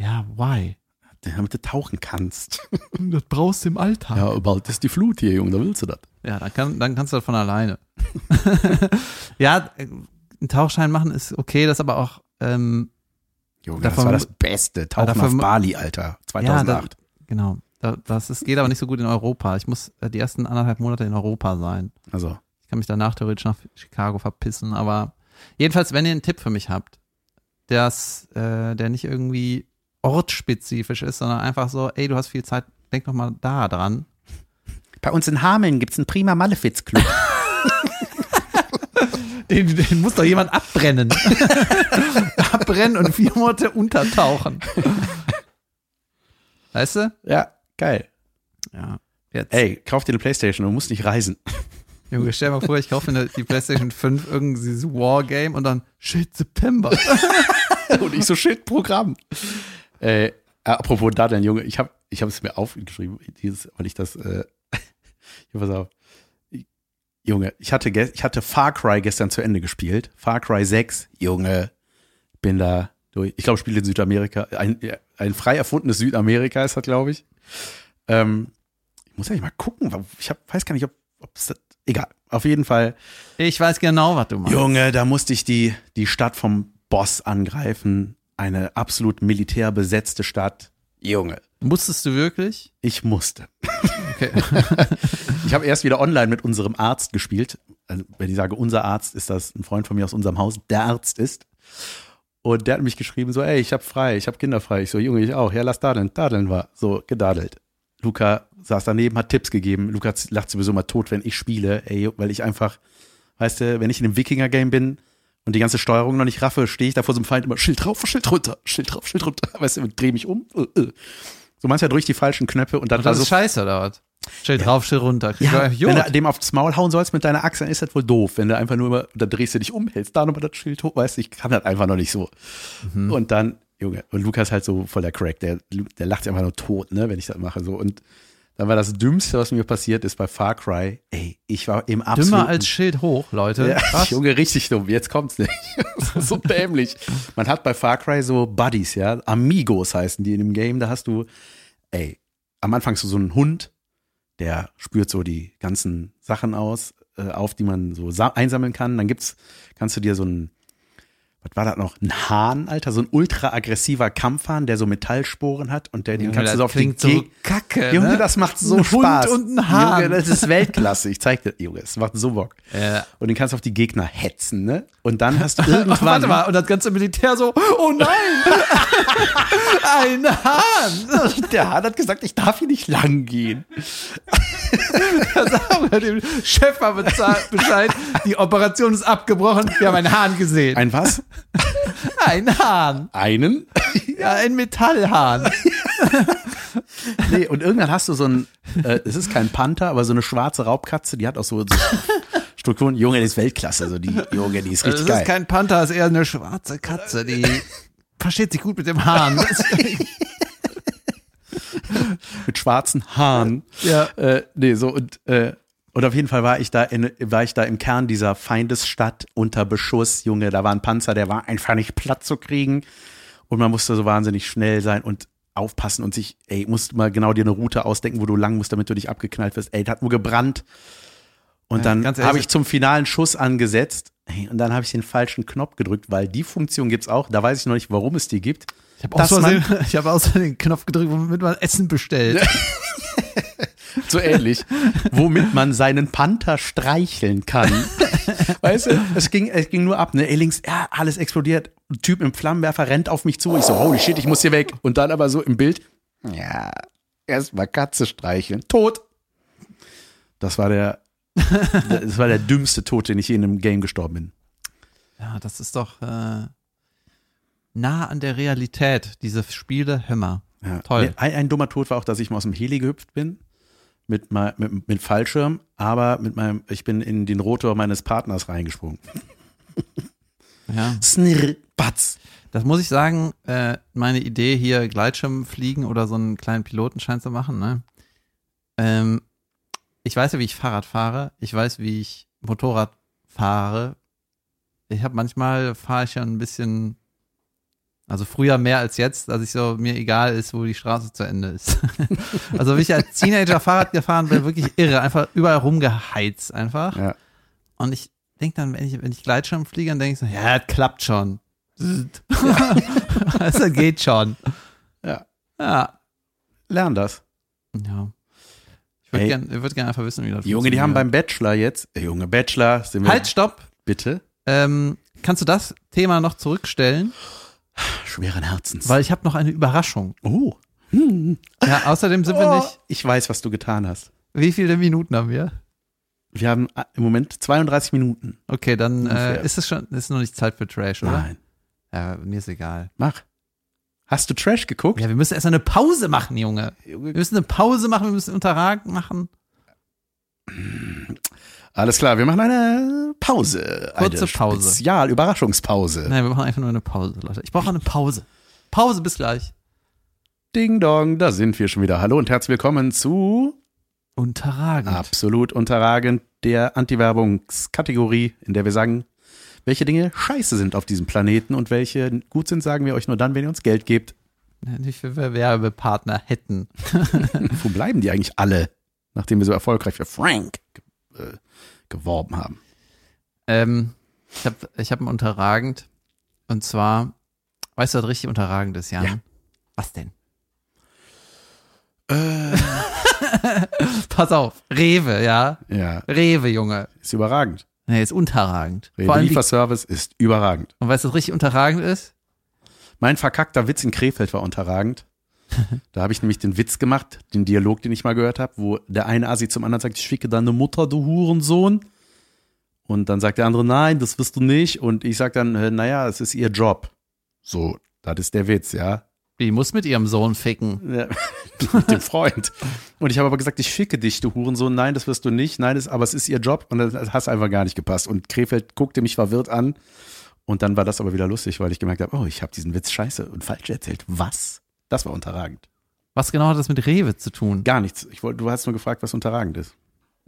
Ja, why? damit du tauchen kannst. Das brauchst du im Alltag. Ja, bald ist die Flut hier, Junge, da willst du das. Ja, dann, kann, dann kannst du das von alleine. ja, äh, einen Tauchschein machen ist okay, das aber auch, ähm, Junge, das Davon- war das Beste. Tauchen Ah, davon- auf Bali, Alter. 2008. genau, da- das ist, geht aber nicht so gut in Europa. Ich muss äh, die ersten anderthalb Monate in Europa sein. also, Ich kann mich danach theoretisch nach Chicago verpissen, aber jedenfalls, wenn ihr einen Tipp für mich habt, dass, äh, der nicht irgendwie ortsspezifisch ist, sondern einfach so, ey, du hast viel Zeit, denk noch mal da dran. bei uns in Hameln gibt's einen prima Malefiz-Club. Den, den muss doch jemand abbrennen. abbrennen und vier Monate untertauchen. Weißt du? ja, geil. Ja. Jetzt. Ey, kauf dir eine Playstation und musst nicht reisen. Junge, stell dir mal vor, ich kaufe mir die PlayStation 5, irgendein dieses Wargame und dann shit September. und ich so shit Programm. Äh, äh, apropos Dadeln, Junge, ich habe ich hab es mir aufgeschrieben, dieses, weil ich das. Äh, hier, pass auf. Ich- Junge, ich hatte, ges- ich hatte Far Cry gestern zu Ende gespielt. Far Cry 6, Junge, bin da durch. Ich glaube, spiele in Südamerika. Ein, ein frei erfundenes Südamerika ist das, glaube ich. Ähm, ich muss ja nicht mal gucken. weil Ich hab, weiß gar nicht, ob ob's das. Egal. Auf jeden Fall Ich weiß genau, was du meinst. Junge, da musste ich die, die Stadt vom Boss angreifen. Eine absolut militär besetzte Stadt. Junge, Musstest du wirklich? ich musste. Okay. Ich habe erst wieder online mit unserem Arzt gespielt. Also, wenn ich sage unser Arzt, ist das ein Freund von mir aus unserem Haus, der Arzt ist. Und der hat mich geschrieben, so, ey, ich hab frei, ich hab Kinder frei. Ich so, Junge, ich auch. Ja, lass dadeln. Dadeln war. So, gedadelt. Luca saß daneben, hat Tipps gegeben. Luca z- lacht sowieso mal tot, wenn ich spiele. Ey, weil ich einfach, weißt du, wenn ich in einem Wikinger-Game bin und die ganze Steuerung noch nicht raffe, stehe ich da vor so einem Feind immer Schild drauf, Schild runter, Schild drauf, Schild runter. Weißt du, drehe mich um. äh, äh. So manchmal durch die falschen Knöpfe und dann Das war so ist scheiße, oder was? Stell drauf, stell runter. Krieg ja, ich- Jod. wenn du dem aufs Maul hauen sollst mit deiner Axt, dann ist das wohl doof. Wenn du einfach nur immer, dann drehst du dich um, hältst da nochmal das Schild hoch, weißt du, ich kann das einfach noch nicht so. Mhm. Und dann, Junge, und Lukas halt so voll der Crack, der, der lacht sich einfach nur tot, ne, wenn ich das mache, so. Und dann war das Dümmste, was mir passiert ist bei Far Cry, ey, ich war im absoluten... Dümmer als Schild hoch, Leute. ja, Was? Junge, richtig dumm, jetzt kommt's nicht. Das ist so dämlich. Man hat bei Far Cry so Buddies, ja, Amigos heißen die in dem Game, da hast du, ey, am Anfang so so einen Hund, der spürt so die ganzen Sachen aus, äh, auf die man so sa- einsammeln kann. Dann gibt's, kannst du dir so einen, was war das noch, einen Hahn, Alter, so ein ultra aggressiver Kampfhahn, der so Metallsporen hat und der den Junge, kannst du das so auf die klingt so Geg- kacke. Junge, ne? das macht so Ein Hund Spaß. und ein Hahn. Junge, das ist Weltklasse. Ich zeig dir, Junge, es macht so Bock. Ja. Und den kannst du auf die Gegner hetzen, ne? Und dann hast du irgendwann. Warte mal, und das ganze Militär so, oh nein! Ein Hahn! Der Hahn hat gesagt, ich darf hier nicht lang gehen. Das haben wir dem Chef mal bezahlt, Bescheid. Die Operation ist abgebrochen, wir haben einen Hahn gesehen. Ein was? Ein Hahn! Einen? Ja, ein Metallhahn. Nee, und irgendwann hast du so ein, äh, es ist kein Panther, aber so eine schwarze Raubkatze, die hat auch so, so Strukturen, Junge, das ist Weltklasse. Also die Junge, die ist Das richtig ist geil. kein Panther, das ist eher eine schwarze Katze, die versteht sich gut mit dem Hahn. mit schwarzen Haaren. ja. Äh, nee, so und, äh, und auf jeden Fall war ich da in, war ich da im Kern dieser Feindesstadt unter Beschuss, Junge, da war ein Panzer, der war einfach nicht platt zu kriegen. Und man musste so wahnsinnig schnell sein und aufpassen und sich, ey, musst mal genau dir eine Route ausdenken, wo du lang musst, damit du nicht abgeknallt wirst. Ey, das hat nur gebrannt. Und Ja, dann ganz ehrlich, habe ich zum finalen Schuss angesetzt. Ey, und dann habe ich den falschen Knopf gedrückt, weil die Funktion gibt's auch. Da weiß ich noch nicht, warum es die gibt. Ich habe aus, Dass man- Versehen- ich hab aus Versehen den Knopf gedrückt, womit man Essen bestellt. so ähnlich, womit man seinen Panther streicheln kann. Weißt du, es ging, es ging nur ab, ne? Ey, links, ja, alles explodiert. Ein Typ im Flammenwerfer rennt auf mich zu. Ich so, holy shit, ich muss hier weg. Und dann aber so im Bild, ja, erstmal Katze streicheln. Tot. Das war der, das war der dümmste Tod, den ich je in einem Game gestorben bin. Ja, das ist doch äh, nah an der Realität, diese Spiele, Hämmer. Ja. Toll. Nee, Ein, ein dummer Tod war auch, dass ich mal aus dem Heli gehüpft bin. Mit, mein, mit, mit Fallschirm, aber mit meinem, ich bin in den Rotor meines Partners reingesprungen. Ja. Snirr, batz. Das muss ich sagen, äh, meine Idee hier Gleitschirmfliegen oder so einen kleinen Pilotenschein zu machen, ne? Ähm, ich weiß ja, wie ich Fahrrad fahre, ich weiß, wie ich Motorrad fahre. Ich habe manchmal fahre ich ja ein bisschen, also früher mehr als jetzt, dass ich so mir egal ist, wo die Straße zu Ende ist. also wie ich als Teenager Fahrrad gefahren bin, wirklich irre, einfach überall rumgeheizt einfach. Ja. Und ich denke dann, wenn ich, wenn ich Gleitschirm fliege, dann denke ich so, ja, das klappt schon. also geht schon. Ja. Ja. Lern das. ja. Ich würde Ey. gerne würd gern einfach wissen, wie das Junge, die haben funktioniert. beim Bachelor jetzt. Ey, Junge, Bachelor, sind wir. Halt, stopp. Bitte. Ähm, kannst du das Thema noch zurückstellen? Schweren Herzens. Weil ich habe noch eine Überraschung. oh. Ja, außerdem sind wir oh. nicht. Ich weiß, was du getan hast. Wie viele Minuten haben wir? Wir haben äh, im Moment 32 Minuten. Okay, dann Ungefähr. äh, ist es schon, ist noch nicht Zeit für Trash, oder? Nein. Ja, mir ist egal. Mach. Hast du Trash geguckt? Ja, wir müssen erst eine Pause machen, Junge. Wir Junge. müssen eine Pause machen, wir müssen Unterragen machen. Alles klar, wir machen eine Pause. Kurze eine Pause. Spezial-Überraschungspause. Nein, wir machen einfach nur eine Pause, Leute. Ich brauche eine Pause. Pause, bis gleich. Ding dong, da sind wir schon wieder. Hallo und herzlich willkommen zu Unterragend. Absolut unterragend der Antiwerbungskategorie, in der wir sagen, welche Dinge scheiße sind auf diesem Planeten und welche gut sind, sagen wir euch nur dann, wenn ihr uns Geld gebt. Nicht wie wir Werbepartner hätten. Wo bleiben die eigentlich alle, nachdem wir so erfolgreich für Frank ge äh, geworben haben? Ähm, ich habe ich hab ein Unterragend. Und zwar, weißt du, was richtig Unterragend ist, Jan? Ja. Was denn? Pass auf. Rewe, ja? ja, Rewe, Junge. ist überragend. Nee, ist unterragend. Der Vor allem die, und Lieferservice ist überragend. weißt du, was richtig unterragend ist? Mein verkackter Witz in Krefeld war unterragend. Da habe ich nämlich den Witz gemacht, den Dialog, den ich mal gehört habe, wo der eine Asi zum anderen sagt, ich schicke deine Mutter, du Hurensohn. Und dann sagt der andere, nein, das wirst du nicht. Und ich sage dann, äh, naja, es ist ihr Job. So, das ist der Witz, ja. Die muss mit ihrem Sohn ficken. ja. Mit dem Freund. Und ich habe aber gesagt, ich schicke dich, du Hurensohn. Nein, das wirst du nicht. Nein, das, aber es ist ihr Job. Und das hat einfach gar nicht gepasst. Und Krefeld guckte mich verwirrt an. Und dann war das aber wieder lustig, weil ich gemerkt habe, oh, ich habe diesen Witz scheiße und falsch erzählt. Was? Das war unterragend. Was genau hat das mit Rewe zu tun? Gar nichts. Ich wollte, du hast nur gefragt, was unterragend ist.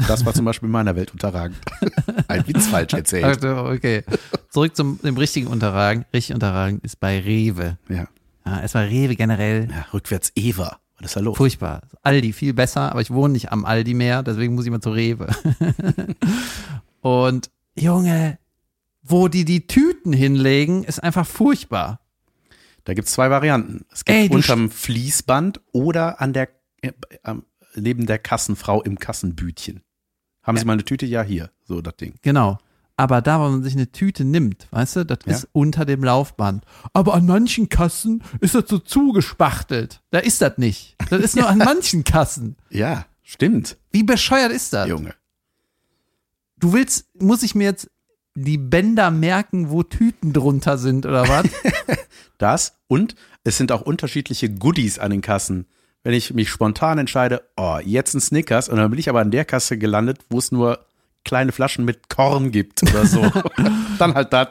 Das war zum Beispiel in meiner Welt unterragend. Ein Witz falsch erzählt. Also, Okay. Zurück zum dem richtigen Unterragend. Richtig Unterragend ist bei Rewe. Ja. Ja, erstmal Rewe generell. ja rückwärts Eva. Was ist da los? Furchtbar. Aldi, viel besser, aber ich wohne nicht am Aldi mehr, deswegen muss ich mal zu Rewe. Und Junge, wo die die Tüten hinlegen, ist einfach furchtbar. Da gibt es zwei Varianten. Es gibt Ey, du unterm Fließband oder an der, äh, am- neben der Kassenfrau im Kassenbütchen. Haben Sie mal eine Tüte? Ja, hier. So das Ding. Genau. Aber da, wo man sich eine Tüte nimmt, weißt du, das Ja. ist unter dem Laufband. Aber an manchen Kassen ist das so zugespachtelt. Da ist das nicht. Das ist nur an manchen Kassen. Ja, stimmt, Wie bescheuert ist das? Junge. Du willst, muss ich mir jetzt die Bänder merken, wo Tüten drunter sind oder was? Das und es sind auch unterschiedliche Goodies an den Kassen. Wenn ich mich spontan entscheide, oh, jetzt ein Snickers und dann bin ich aber an der Kasse gelandet, wo es nur kleine Flaschen mit Korn gibt oder so. dann halt das.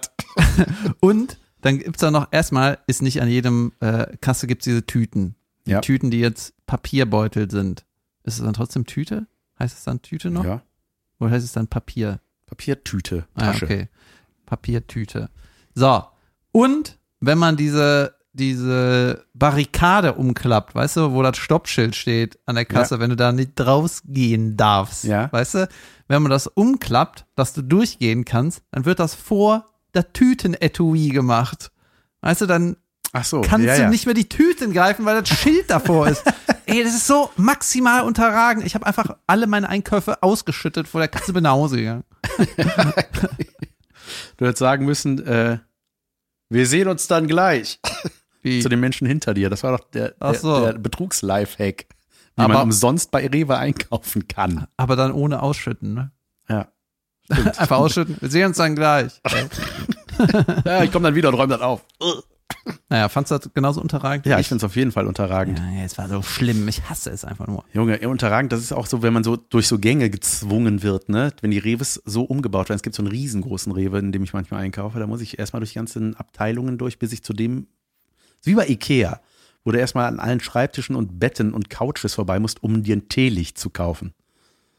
Und dann gibt's da noch, erstmal ist nicht an jedem äh, Kasse gibt's diese Tüten. Die Ja. Tüten, die jetzt Papierbeutel sind. Ist es dann trotzdem Tüte? Heißt es dann Tüte noch? Ja. Oder heißt es dann Papier? Papiertüte, Genau. Ah, Tasche. okay. Papiertüte. So. Und wenn man diese, diese Barrikade umklappt, weißt du, wo das Stoppschild steht an der Kasse, wenn du da nicht rausgehen darfst, Ja. weißt du, wenn man das umklappt, dass du durchgehen kannst, dann wird das vor der Tütenetui gemacht. Weißt du, dann Ach so. kannst Oh, ja, du ja. nicht mehr die Tüten greifen, weil das Schild davor ist. Ey, das ist so maximal unterragend. Ich habe einfach alle meine Einkäufe ausgeschüttet vor der Kasse bin nach Hause gegangen. Du hättest sagen müssen, äh, wir sehen uns dann gleich. Wie? Zu den Menschen hinter dir. Das war doch der, Ach der, so. der Betrugs-Lifehack, wie Aber- man umsonst bei Rewe einkaufen kann. Aber dann ohne ausschütten, ne? Ja. Einfach ausschütten. Wir sehen uns dann gleich. ja ich komme dann wieder und räume das auf. Naja, fandst du das genauso unterragend? wie Ja, ich finde es auf jeden Fall unterragend. Ja, es war so schlimm. Ich hasse es einfach nur. Junge, eh, unterragend, das ist auch so, wenn man so durch so Gänge gezwungen wird, ne? Wenn die Rewes so umgebaut werden. Es gibt so einen riesengroßen Rewe, in dem ich manchmal einkaufe. Da muss ich erstmal durch die ganzen Abteilungen durch, bis ich zu dem, ist wie bei Ikea, wo du erstmal an allen Schreibtischen und Betten und Couches vorbei musst, um dir ein Teelicht zu kaufen.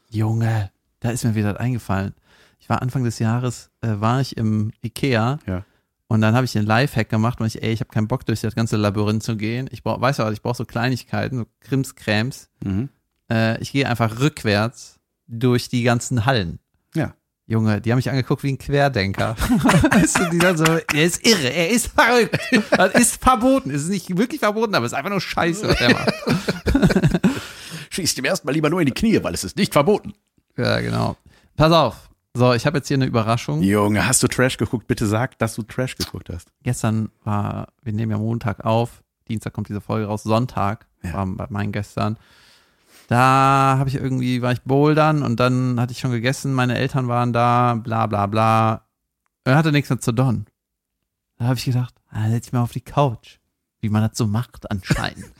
Junge, da ist mir wieder das eingefallen. Ich war Anfang des Jahres, äh, war ich im Ikea Ja. und dann habe ich den Lifehack gemacht und ich, ey, ich habe keinen Bock durch das ganze Labyrinth zu gehen. Ich brauch, weißt du was, ich brauche so Kleinigkeiten, so Krimskrams. Mhm. Äh, ich gehe einfach rückwärts durch die ganzen Hallen. Ja. Junge, die haben mich angeguckt wie ein Querdenker. weißt du, die dann so, er ist irre, er ist verrückt. Das ist verboten. Es ist nicht wirklich verboten, aber es ist einfach nur scheiße, was er macht. Schießt ihm erstmal lieber nur in die Knie, weil es ist nicht verboten. Ja, genau. Pass auf. So, ich habe jetzt hier eine Überraschung. Junge, hast du Trash geguckt? Bitte sag, dass du Trash geguckt hast. Gestern war, wir nehmen ja Montag auf, Dienstag kommt diese Folge raus, Sonntag Ja. war bei meinen gestern. Da habe ich irgendwie, war ich bouldern und dann hatte ich schon gegessen, meine Eltern waren da, bla bla bla. Er hatte nichts mehr zu don. Da habe ich gedacht, ah, setz ich mal auf die Couch, wie man das so macht anscheinend.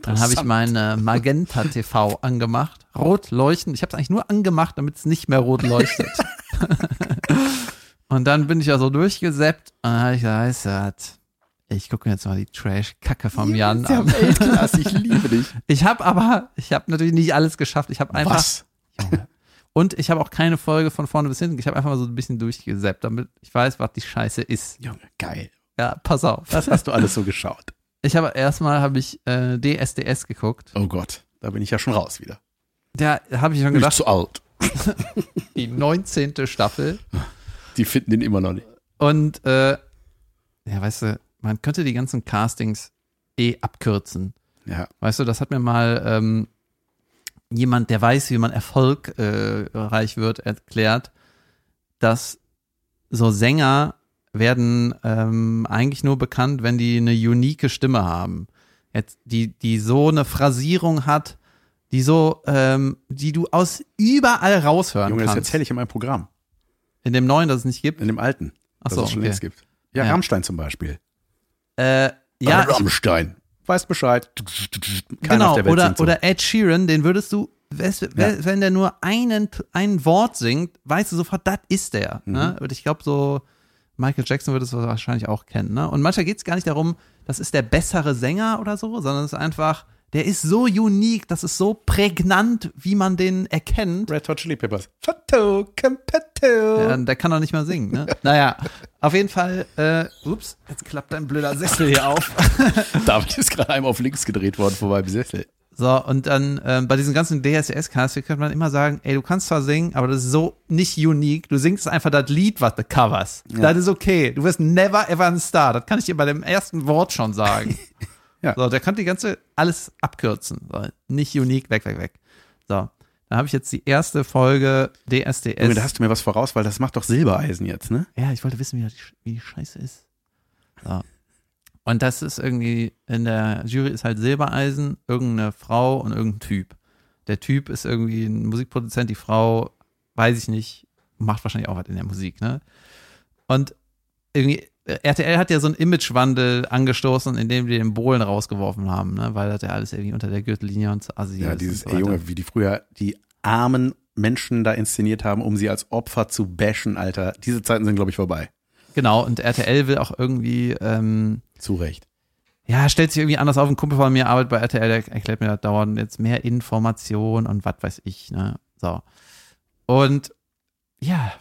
Dann habe ich meine Magenta TV angemacht, rot leuchten. Ich habe es eigentlich nur angemacht, damit es nicht mehr rot leuchtet. und dann bin ich ja so durchgesäppt und dann habe ich gesagt, weißt du was, ich gucke mir jetzt mal die Trash-Kacke vom Jan Ja, an. Weltklasse, ich liebe dich. Ich habe aber, ich habe natürlich nicht alles geschafft. Ich habe einfach Was? Junge. und ich habe auch keine Folge von vorne bis hinten. Ich habe einfach mal so ein bisschen durchgesäppt, damit ich weiß, was die Scheiße ist. Junge, geil. Ja, pass auf. Was hast du alles so geschaut? Ich habe erstmal habe ich äh, DSDS geguckt. Oh Gott, da bin ich ja schon raus wieder. Da habe ich schon Bin ich gedacht, zu alt. die 19. Staffel. Die finden den immer noch nicht. Und äh, ja, weißt du, man könnte die ganzen Castings eh abkürzen. Ja. Weißt du, das hat mir mal ähm, jemand, der weiß, wie man erfolgreich wird, erklärt, dass so Sänger werden ähm, eigentlich nur bekannt, wenn die eine unique Stimme haben. Jetzt, die, die so eine Phrasierung hat, die so, ähm, die du aus überall raushören Junge, das kannst. erzähle ich in meinem Programm. In dem neuen, das es nicht gibt. In dem alten. Ach das so, es schon okay. längst gibt. Ja, Ja. Rammstein zum Beispiel. Äh, ja, ich, Rammstein. Weißt Bescheid. Keiner genau, auf der Welt oder, singt so. oder Ed Sheeran, den würdest du, wes- we- Ja. wenn der nur einen, ein Wort singt, weißt du sofort, das ist der. Ne? Mhm. Und ich glaube, so Michael Jackson würde es wahrscheinlich auch kennen. Ne? Und manchmal geht es gar nicht darum, das ist der bessere Sänger oder so, sondern es ist einfach, der ist so unique, das ist so prägnant, wie man den erkennt. Red Hot Chili Peppers. Fatto, Campetto. Ja, der kann doch nicht mal singen, ne? Naja, auf jeden Fall, äh, ups, jetzt klappt dein blöder Sessel hier auf. David ist gerade einmal auf links gedreht worden vor meinem Sessel. So, und dann ähm, bei diesen ganzen DSS-Castings kann man immer sagen, ey, du kannst zwar singen, aber das ist so nicht unique. Du singst einfach das Lied, was du coverst. Das ist okay. Du wirst never ever ein Star. Das kann ich dir bei dem ersten Wort schon sagen. Ja. So, der kann die ganze, alles abkürzen. So, nicht unique, weg, weg, weg. So, da habe ich jetzt die erste Folge E DSDS. Junge, da hast du mir was voraus, weil das macht doch Silbereisen jetzt, ne? Ja, ich wollte wissen, wie die, Sch- wie die Scheiße ist. So. Und das ist irgendwie, in der Jury ist halt Silbereisen, irgendeine Frau und irgendein Typ. Der Typ ist irgendwie ein Musikproduzent, die Frau, weiß ich nicht, macht wahrscheinlich auch was in der Musik, ne? Und irgendwie, äh, RTL hat ja so einen Imagewandel angestoßen, indem die den Bohlen rausgeworfen haben, ne? Weil das ja alles irgendwie unter der Gürtellinie und so assi Ja, ist dieses, und so ey Junge, wie die früher die armen Menschen da inszeniert haben, um sie als Opfer zu bashen, Alter. Diese Zeiten sind, glaube ich, vorbei. Genau, und RTL will auch irgendwie, ähm, Zu Recht. ja, stellt sich irgendwie anders auf. Ein Kumpel von mir arbeitet bei RTL, der erklärt mir das dauernd jetzt mehr Information und was weiß ich, ne? So. Und ja,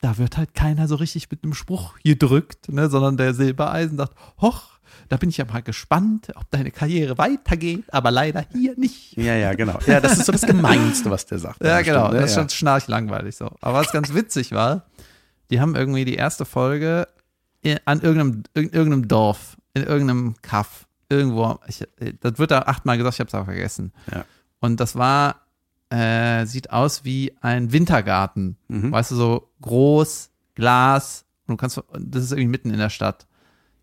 da wird halt keiner so richtig mit einem Spruch gedrückt, ne? Sondern der Silbereisen sagt, hoch, da bin ich ja mal gespannt, ob deine Karriere weitergeht, aber leider hier nicht. Ja, ja, genau. Ja, das ist so das Gemeinste, was der sagt. Ja, genau. stimmt, ne? das ist Ja. schon schnarchlangweilig so. Aber was ganz witzig war, die haben irgendwie die erste Folge in, an irgendeinem, in irgendeinem Dorf, in irgendeinem Kaff, irgendwo. Ich, das wird da achtmal gesagt, ich hab's auch vergessen. Ja. Und das war, äh, sieht aus wie ein Wintergarten. Mhm. Weißt du, so groß, Glas. Und du kannst, und das ist irgendwie mitten in der Stadt.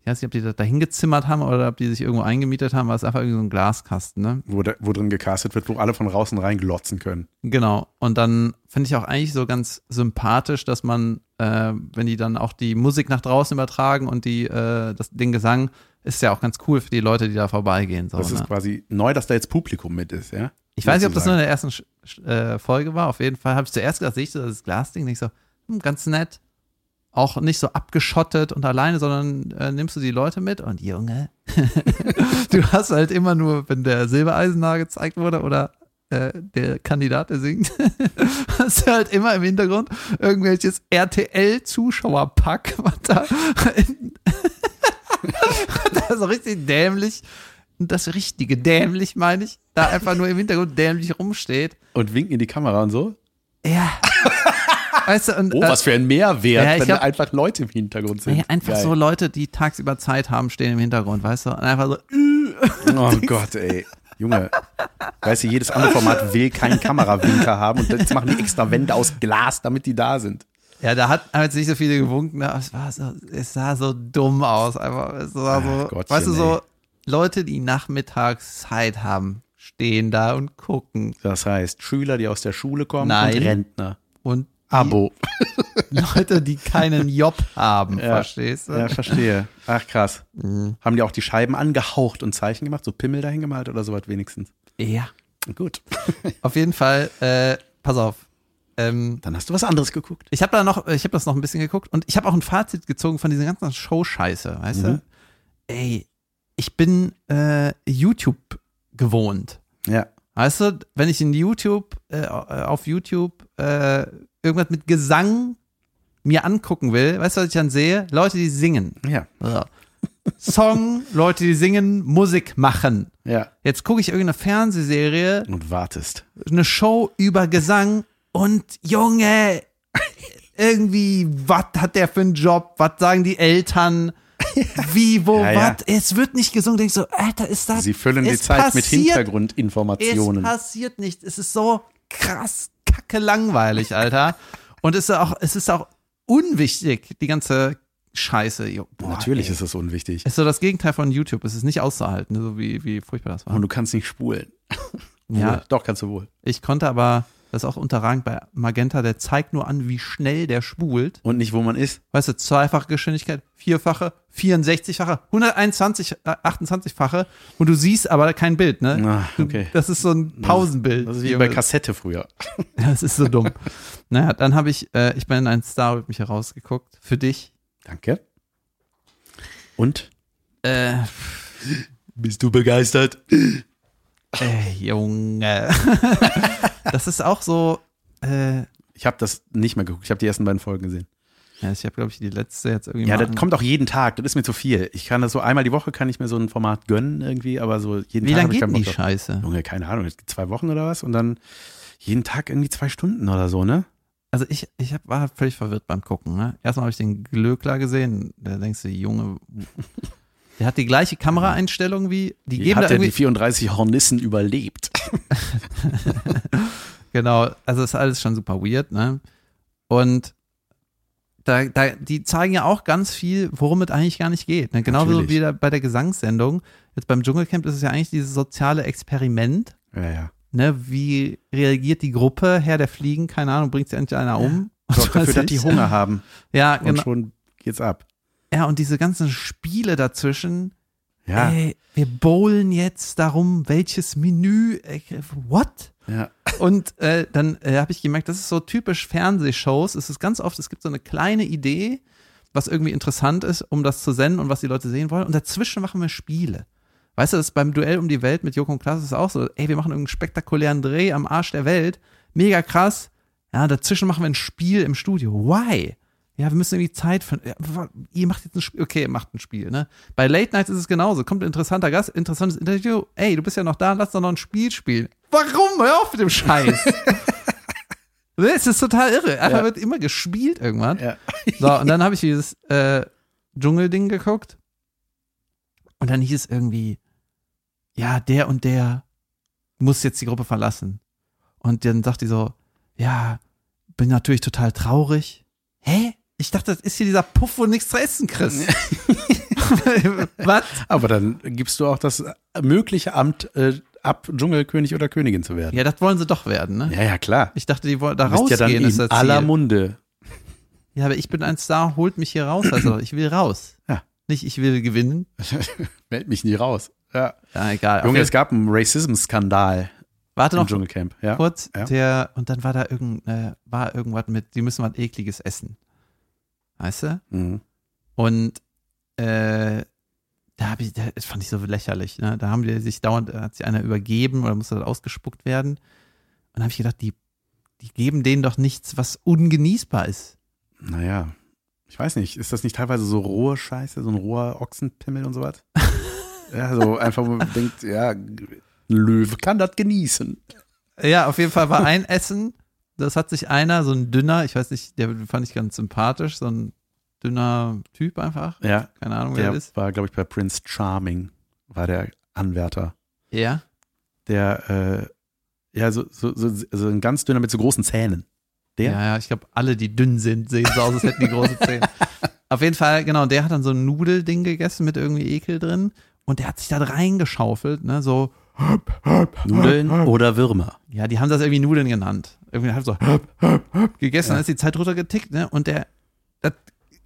Ich weiß nicht, ob die das da hingezimmert haben oder ob die sich irgendwo eingemietet haben, weil es einfach irgendwie so ein Glaskasten, ne? Wo, da, wo drin gecastet wird, wo alle von draußen reinglotzen können. Genau. Und dann finde ich auch eigentlich so ganz sympathisch, dass man, äh, wenn die dann auch die Musik nach draußen übertragen und die, äh, das, den Gesang, ist ja auch ganz cool für die Leute, die da vorbeigehen. So, Das ne? ist quasi neu, dass da jetzt Publikum mit ist, ja? Ich weiß nicht, ob das nur sozusagen. in der ersten Sch- Sch- äh, Folge war. Auf jeden Fall habe ich zuerst gedacht, sehe ich so das Glasding, nicht so, hm, ganz nett. Auch nicht so abgeschottet und alleine, sondern äh, nimmst du die Leute mit und Junge, du hast halt immer nur, wenn der Silbereisen da gezeigt wurde oder äh, der Kandidat, der singt, hast du halt immer im Hintergrund irgendwelches RTL-Zuschauerpack, was da, in, was da so richtig dämlich, das richtige dämlich meine ich, da einfach nur im Hintergrund dämlich rumsteht. Und winken in die Kamera und so. Ja. weißt du, und Oh, äh, was für ein Mehrwert, ja, ich wenn glaub- einfach Leute im Hintergrund sind. nee, einfach Geil. so Leute, die tagsüber Zeit haben, stehen im Hintergrund, weißt du? Und einfach so, Oh Gott, ey. Junge, weißt du, jedes andere Format will keinen Kamerawinker haben und jetzt machen die extra Wände aus Glas, damit die da sind. ja, da hat haben jetzt nicht so viele gewunken, aber es war so, es sah so dumm aus. Einfach, es sah Ach, so, Gottchen, weißt du, ey. so Leute, die nachmittags Zeit haben, stehen da und gucken. Das heißt, Schüler, die aus der Schule kommen Nein. und Rentner. Und die Abo. Leute, die keinen Job haben, Ja. verstehst du? Ja, verstehe. Ach, krass. Haben die auch die Scheiben angehaucht und Zeichen gemacht, so Pimmel dahin gemalt oder sowas wenigstens? ja. Gut. Auf jeden Fall, äh, pass auf. Ähm, Dann hast du was anderes geguckt. Ich habe da noch, ich habe das noch ein bisschen geguckt und ich habe auch ein Fazit gezogen von dieser ganzen Show-Scheiße, weißt Mhm. du? Ey, ich bin äh, YouTube gewohnt. Ja. Weißt du, wenn ich in YouTube, äh, auf YouTube äh, irgendwas mit Gesang mir angucken will, weißt du, was ich dann sehe? Leute, die singen. Ja. So. Song, Leute, die singen, Musik machen. Ja. Jetzt gucke ich irgendeine Fernsehserie, Und wartest. eine Show über Gesang und Junge, irgendwie, was hat der für einen Job? Was sagen die Eltern? Wie, wo, Ja, ja. was? Es wird nicht gesungen. Denkst du, Alter, ist das. Sie füllen die es Zeit mit passiert- Es Hintergrundinformationen. passiert nicht. Es ist so krass kacke langweilig, Alter. und es ist auch, es ist auch unwichtig, die ganze Scheiße. Jo, boah, Natürlich ey. ist es unwichtig. Es ist so das Gegenteil von YouTube. Es ist nicht auszuhalten, so wie, wie furchtbar das war. Und du kannst nicht spulen. Ja. Wohl. Doch, kannst du wohl. Ich konnte aber, das ist auch unterragend bei Magenta, der zeigt nur an, wie schnell der spult. Und nicht, wo man ist. Weißt du, zweifache Geschwindigkeit, vierfache, 64-fache, 121, äh, 28-fache. Und du siehst aber kein Bild, ne? Ah, okay. Das ist so ein Pausenbild. Das ist wie bei Kassette früher. Das ist so dumm. naja, dann habe ich, äh, ich bin ein Star, hab mich herausgeguckt. Für dich. Danke. Und? Äh, Bist du begeistert? äh Junge. das ist auch so, äh, Ich habe das nicht mehr geguckt. Ich habe die ersten beiden Folgen gesehen. ja, ich habe, glaube ich, die letzte jetzt irgendwie Ja, mal das kommt auch jeden Tag. Das ist mir zu viel. Ich kann das so einmal die Woche kann ich mir so ein Format gönnen irgendwie, aber so jeden Wie Tag lange habe ich keinen geht denn Bock die drauf. Scheiße? Junge, keine Ahnung, jetzt zwei Wochen oder was und dann jeden Tag irgendwie zwei Stunden oder so, ne? Also ich, ich hab, war völlig verwirrt beim Gucken. Ne? Erstmal habe ich den Glöckler gesehen. Da denkst du, Junge, der hat die gleiche Kameraeinstellung wie die Die geben da hat ja die irgendwie. 34 Hornissen überlebt. Genau, also ist alles schon super weird. Ne? Und da, da, die zeigen ja auch ganz viel, worum es eigentlich gar nicht geht. Ne? Genauso Natürlich. wie da, bei der Gesangssendung. Jetzt beim Dschungelcamp ist es ja eigentlich dieses soziale Experiment. Ja, ja. Ne? Wie reagiert die Gruppe? Herr der Fliegen, keine Ahnung, bringt sie endlich einer um? Sorgt Was dafür, dass weiß die ich. Hunger haben Ja, und genau. schon geht's ab. Ja, und diese ganzen Spiele dazwischen. Ja, Ey, wir bowlen jetzt darum, welches Menü. Ey, äh, What? ja. Und äh, dann äh, habe ich gemerkt, das ist so typisch Fernsehshows. Es ist ganz oft, es gibt so eine kleine Idee, was irgendwie interessant ist, um das zu senden und was die Leute sehen wollen. Und dazwischen machen wir Spiele. Weißt du, das ist beim Duell um die Welt mit Joko und Klaas ist auch so, ey, wir machen irgendeinen spektakulären Dreh am Arsch der Welt. Mega krass. Ja, dazwischen machen wir ein Spiel im Studio. Why? Ja, wir müssen irgendwie Zeit finden. Ja, wa- ihr macht jetzt ein Spiel. Okay, ihr macht ein Spiel, ne? Bei Late Nights ist es genauso. Kommt ein interessanter Gast, interessantes Interview. Ey, du bist ja noch da, lass doch noch ein Spiel spielen. Warum? Hör auf mit dem Scheiß. Es ist total irre. Einfach Ja. wird immer gespielt irgendwann. Ja. So, und dann habe ich dieses äh, Dschungelding geguckt. Und dann hieß es irgendwie, ja, der und der muss jetzt die Gruppe verlassen. Und dann sagt die so, ja, bin natürlich total traurig. Hä? Ich dachte, das ist hier dieser Puff, wo du nichts zu essen kriegst. Was? Aber dann gibst du auch das mögliche Amt äh, ab, Dschungelkönig oder Königin zu werden. Ja, das wollen sie doch werden, ne? Ja, ja, klar. Ich dachte, die wollen da Du bist ja dann rausgehen. ist in das aller Ziel. Munde. Ja, aber ich bin ein Star, holt mich hier raus. Also, ich will raus. Ja. Nicht, ich will gewinnen. Meld mich nie raus. Ja. Ja, egal. Auf Junge, jeden- es gab einen Racism-Skandal warte im noch Dschungelcamp. Ja. kurz, ja. der, und dann war da irgend, äh, war irgendwas mit, die müssen was ekliges essen. Weißt du? Mhm. Und äh, da habe ich, das fand ich so lächerlich, ne? Da haben die sich dauernd, hat sich einer übergeben oder musste das ausgespuckt werden. Und da habe ich gedacht, die, die geben denen doch nichts, was ungenießbar ist. Naja. Ich weiß nicht, ist das nicht teilweise so rohe Scheiße, so ein roher Ochsenpimmel und sowas? ja, so einfach, wo man denkt, ja, ein Löwe kann das genießen. Ja, auf jeden Fall war ein Essen, das hat sich einer, so ein dünner, ich weiß nicht, der fand ich ganz sympathisch, so ein dünner Typ einfach. Ja, Keine Ahnung, wer der das ist. war, glaube ich, bei Prince Charming, war der Anwärter. Ja. Der, äh, ja, so, so, so, so ein ganz dünner mit so großen Zähnen. Der? Ja, ja, ich glaube, alle, die dünn sind, sehen so aus, als hätten die große Zähne. Auf jeden Fall, genau, der hat dann so ein Nudelding gegessen mit irgendwie Ekel drin und der hat sich da reingeschaufelt, ne, so, Nudeln oder Würmer? ja, die haben das irgendwie Nudeln genannt. Irgendwie halb so gegessen, dann ist die Zeit runtergetickt, ne, und der, das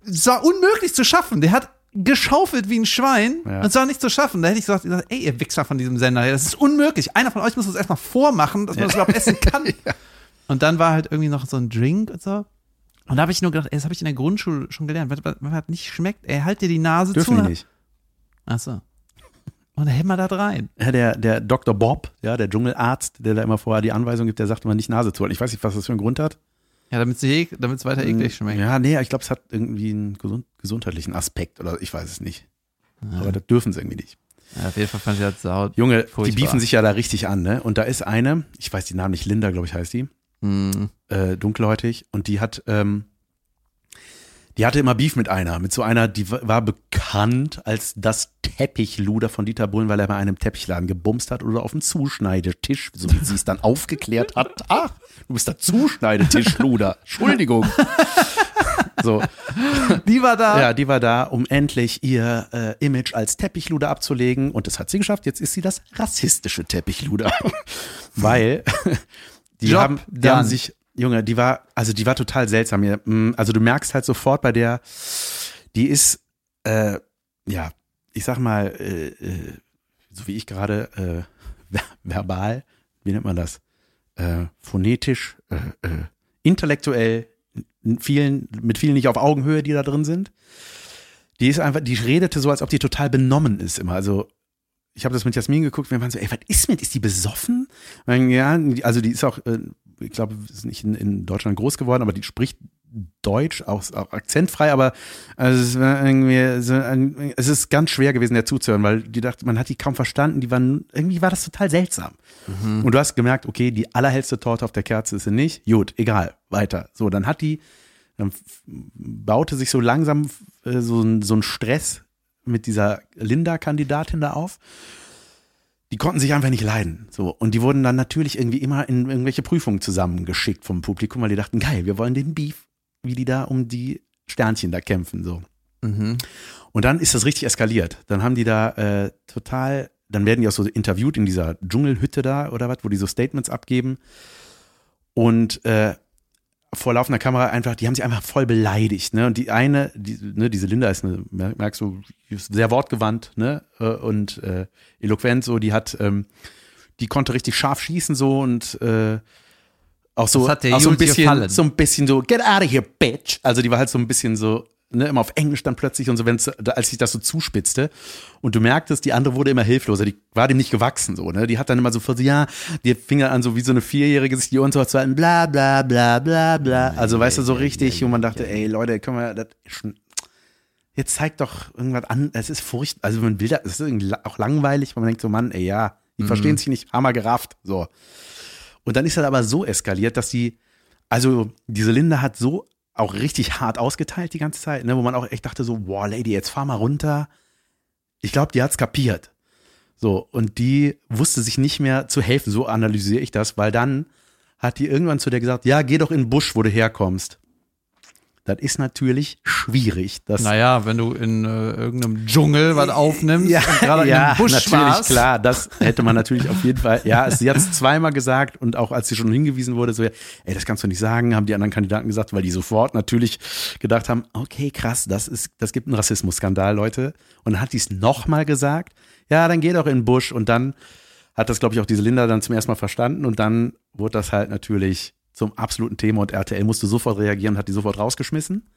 es war unmöglich zu schaffen. Der hat geschaufelt wie ein Schwein Ja. und es war nicht zu schaffen. Da hätte ich gesagt, ey, ihr Wichser von diesem Sender, das ist unmöglich. Einer von euch muss uns erstmal vormachen, dass man das überhaupt essen kann. Und dann war halt irgendwie noch so ein Drink und so. Und da habe ich nur gedacht, ey, das habe ich in der Grundschule schon gelernt. Wenn- Wenn wenn das nicht schmeckt, ey, halt dir die Nase Dürfen zu. die nicht. Achso. Und dann hämmer da rein. Ja, der, der Dr. Bob, ja, der Dschungelarzt, der da immer vorher die Anweisung gibt, der sagt immer nicht Nase zu halten. Ich weiß nicht, was das für einen Grund hat. Ja, damit es weiter Mhm. eklig schmeckt. Ja, nee, ich glaube, es hat irgendwie einen gesund, gesundheitlichen Aspekt oder ich weiß es nicht. Ja. Aber das dürfen sie irgendwie nicht. Ja, auf jeden Fall fand ich das sau. Junge, die Furchtbar. beefen sich ja da richtig an, ne? Und da ist eine, ich weiß die Namen nicht, Linda, glaube ich, heißt die, Mm. äh, dunkelhäutig, und die hat, ähm, die hatte immer Beef mit einer, mit so einer, die wa- war bekannt als das Teppichluder von Dieter Bohlen, weil er bei einem Teppichladen gebumst hat oder auf dem Zuschneidetisch, so wie sie es dann aufgeklärt hat. Ach, du bist der Zuschneidetischluder. Entschuldigung. so. Die war da. Ja, die war da, um endlich ihr äh, Image als Teppichluder abzulegen. Und das hat sie geschafft. Jetzt ist sie das rassistische Teppichluder. Weil die, Job haben, die haben done. sich, Junge, die war, also die war total seltsam. Ja, mm, Also du merkst halt sofort bei der, die ist, äh, ja, ich sag mal, äh, äh, so wie ich gerade äh, ver verbal, wie nennt man das? Äh, phonetisch, äh, äh, intellektuell, n- vielen, mit vielen nicht auf Augenhöhe, die da drin sind. Die ist einfach, die redete so, als ob die total benommen ist immer. Also ich habe das mit Jasmin geguckt, wir waren so, ey, was ist mit, ist die besoffen? Ich meine, Ja, also die ist auch, äh, ich glaube, ist nicht in, in Deutschland groß geworden, aber die spricht Deutsch, auch, auch akzentfrei, aber also es war irgendwie, so ein, es ist ganz schwer gewesen, der zuzuhören, weil die dachte, man hat die kaum verstanden, die waren, irgendwie war das total seltsam. Und du hast gemerkt, okay, die allerhellste Torte auf der Kerze ist sie nicht, gut, egal, weiter. So, dann hat die, dann f- baute sich so langsam äh, so, ein- so ein Stress mit dieser Linda-Kandidatin da auf die konnten sich einfach nicht leiden. So. Und die wurden dann natürlich irgendwie immer in irgendwelche Prüfungen zusammengeschickt vom Publikum, weil die dachten, geil, wir wollen den Beef, wie die da um die Sternchen da kämpfen. So. Mhm. Und dann ist das richtig eskaliert. Dann haben die da äh, total, dann werden die auch so interviewt in dieser Dschungelhütte da oder was, wo die so Statements abgeben. Und äh, vor laufender Kamera einfach, die haben sich einfach voll beleidigt. Ne? Und die eine, die, ne, diese Linda ist, eine, mer- merkst du, die ist sehr wortgewandt ne? Äh, und äh, eloquent so, die hat, ähm, die konnte richtig scharf schießen so und äh, Auch so, Das hat der auch so ein Jule dir bisschen, gefallen. so ein bisschen so, get out of here, bitch. Also die war halt so ein bisschen so, ne, immer auf Englisch dann plötzlich und so, wenn's, da- als sich das so zuspitzte. Und du merktest, die andere wurde immer hilfloser, die war dem nicht gewachsen so, ne. Die hat dann immer so vor so, ja, die fing dann an, so wie so eine Vierjährige, sich die Ohren zu halten, bla, bla, bla, bla, bla. Also weißt du, so richtig, wo man dachte, ey Leute, können wir das schon, jetzt zeigt doch irgendwas an, es ist furcht, also man will da, es ist irgendwie la- auch langweilig, weil man denkt so, Mann, ey, ja, die verstehen sich nicht, hammer gerafft, so. Und dann ist das aber so eskaliert, dass die, also diese Linde hat so auch richtig hart ausgeteilt die ganze Zeit, ne, wo man auch echt dachte so, wow, Lady, jetzt fahr mal runter. Ich glaube, die hat's kapiert. So, und die wusste sich nicht mehr zu helfen, so analysiere ich das, weil dann hat die irgendwann zu der gesagt, ja, geh doch in den Busch, wo du herkommst. Das ist natürlich schwierig. Das Naja, wenn du in äh, irgendeinem Dschungel was aufnimmst, ja, und gerade in ja einem Busch natürlich, warst, klar. Das hätte man natürlich auf jeden Fall. Ja, es- sie hat es zweimal gesagt und auch als sie schon hingewiesen wurde, so, ey, das kannst du nicht sagen, haben die anderen Kandidaten gesagt, weil die sofort natürlich gedacht haben, okay, krass, das ist, das gibt einen Rassismusskandal, Leute. Und dann hat die es nochmal gesagt, ja, dann geh doch in den Busch. Und dann hat das, glaube ich, auch diese Linda dann zum ersten Mal verstanden und dann wurde das halt natürlich zum absoluten Thema und RTL musste sofort reagieren, hat die sofort rausgeschmissen.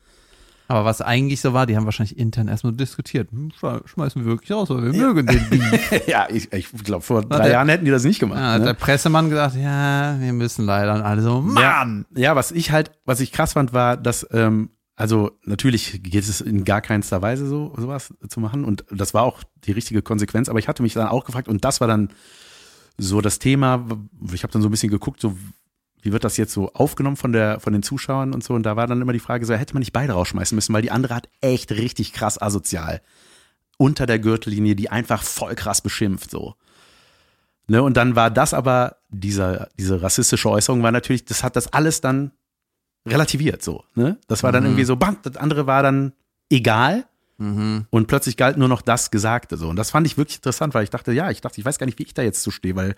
Aber was eigentlich so war, die haben wahrscheinlich intern erstmal diskutiert. Hm, schme- Schmeißen wir wirklich raus, weil wir mögen den Beef. ja, ich, ich glaube, vor drei der- Jahren hätten die das nicht gemacht. Ja, hat ne? Der Pressemann gesagt, ja, wir müssen leider. also Und alle so, Mann! Ja, ja, was ich halt, was ich krass fand, war, dass, ähm, also natürlich geht es in gar keinster Weise so, sowas zu machen. Und das war auch die richtige Konsequenz. Aber ich hatte mich dann auch gefragt, und das war dann so das Thema, ich habe dann so ein bisschen geguckt, so wie wird das jetzt so aufgenommen von der von den Zuschauern und so und da war dann immer die Frage so hätte man nicht beide rausschmeißen müssen weil die andere hat echt richtig krass asozial unter der Gürtellinie die einfach voll krass beschimpft so ne und dann war das aber dieser diese rassistische Äußerung war natürlich das hat das alles dann relativiert so ne das war dann Mhm. irgendwie so bam das andere war dann egal Mhm. und plötzlich galt nur noch das Gesagte so. Und das fand ich wirklich interessant, weil ich dachte, ja, ich dachte, ich weiß gar nicht, wie ich da jetzt zu stehe, weil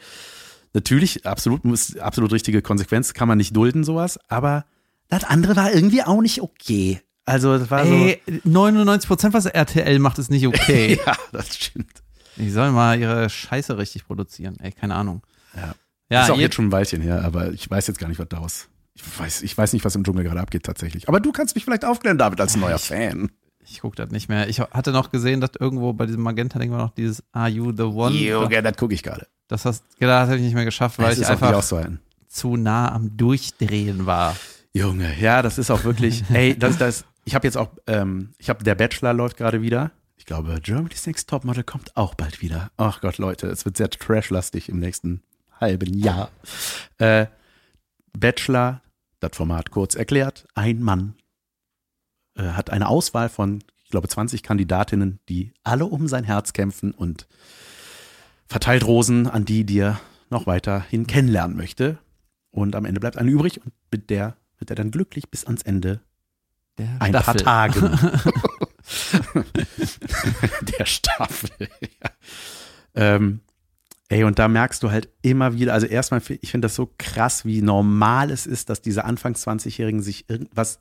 natürlich absolut muss- absolut richtige Konsequenz kann man nicht dulden sowas, aber das andere war irgendwie auch nicht okay. Also das war Ey, 99% was RTL macht, ist nicht so. okay. Ja, das stimmt. die sollen mal ihre Scheiße richtig produzieren. Ey, keine Ahnung. Ja. Ja, ist auch je- jetzt schon ein Weilchen her, aber ich weiß jetzt gar nicht, was daraus. Ich weiß, ich weiß nicht, was im Dschungel gerade abgeht tatsächlich. Aber du kannst mich vielleicht aufklären, David, Ah, als neuer Fan. ich gucke das nicht mehr. Ich hatte noch gesehen, dass irgendwo bei diesem Magenta-Ding war noch dieses Are You the One? Yoga, das gucke ich gerade. Das, hast, genau, das habe ich nicht mehr geschafft, weil Das ich ist auch nicht einfach auszuhalten. zu nah am Durchdrehen war. Junge, ja, das ist auch wirklich. Ey, das, das, ich habe jetzt auch, ähm, ich habe, der Bachelor läuft gerade wieder. Ich glaube, Germany's Next Topmodel kommt auch bald wieder. Ach Gott, Leute, es wird sehr trashlastig im nächsten halben Jahr. Äh, Bachelor, das Format kurz erklärt, ein Mann äh, hat eine Auswahl von, ich glaube, 20 Kandidatinnen, die alle um sein Herz kämpfen und verteilt Rosen an die, die er noch weiterhin kennenlernen möchte. Und am Ende bleibt eine übrig und mit der wird er dann glücklich bis ans Ende Der ein paar Staffel. Tagen. der Staffel. ja. ähm, ey, und da merkst du halt immer wieder, also erstmal, ich finde das so krass, wie normal es ist, dass diese Anfangs 20-Jährigen sich irgendwas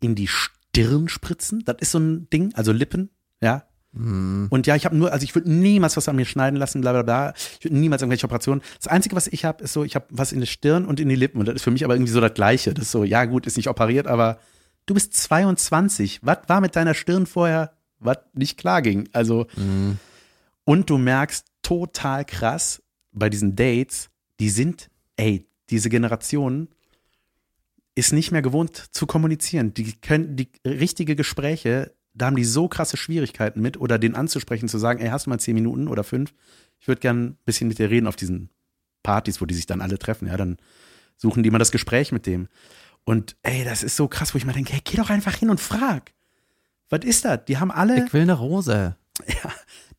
in die Stirn spritzen. Das ist so ein Ding, also Lippen, ja, Mhm. und ja, ich habe nur, also ich würde niemals was an mir schneiden lassen, bla bla bla. Ich würde niemals irgendwelche Operationen. Das Einzige, was ich habe, ist so, ich habe was in der Stirn und in die Lippen. Und das ist für mich aber irgendwie so das Gleiche. Das ist so, ja gut, ist nicht operiert, aber du bist 22. Was war mit deiner Stirn vorher, was nicht klar ging? Also, Mhm. und du merkst total krass bei diesen Dates, die sind, ey, diese Generation ist nicht mehr gewohnt zu kommunizieren. Die können die richtige Gespräche, da haben die so krasse Schwierigkeiten mit oder den anzusprechen, zu sagen, ey, hast du mal zehn Minuten oder fünf? Ich würde gern ein bisschen mit dir reden auf diesen Partys, wo die sich dann alle treffen. Ja, dann suchen die immer das Gespräch mit dem. Und ey, das ist so krass, wo ich mal denke, hey, geh doch einfach hin und frag. Was ist das? Die haben alle. Ich will eine Rose.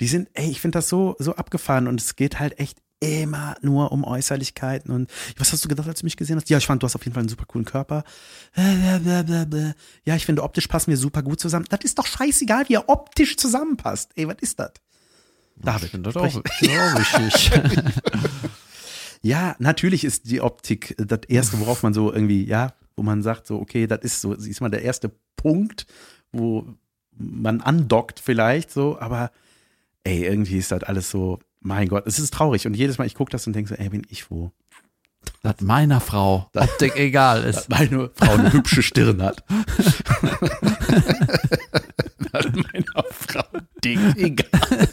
Die sind, ey, ich finde das so, so abgefahren und es geht halt echt immer nur um Äußerlichkeiten und was hast du gedacht, als du mich gesehen hast? Ja, ich fand, du hast auf jeden Fall einen super coolen Körper. Äh, bla, bla, bla, bla. Ja, ich finde, optisch passen wir super gut zusammen. Das ist doch scheißegal, wie er optisch zusammenpasst. Ey, was ist das? David, Ich finde das auch, sprich- ich find das auch wichtig. ja, natürlich ist die Optik äh, das Erste, worauf man so irgendwie, ja, wo man sagt, so, okay, das ist so, siehst mal, der erste Punkt, wo man andockt vielleicht so, aber ey, irgendwie ist das alles so, mein Gott, es ist traurig. Und jedes Mal, ich gucke das und denke so, ey, bin ich wo? dass meiner Frau Optik egal dass ist. meine Frau eine hübsche Stirn hat. dass meiner Frau dick egal.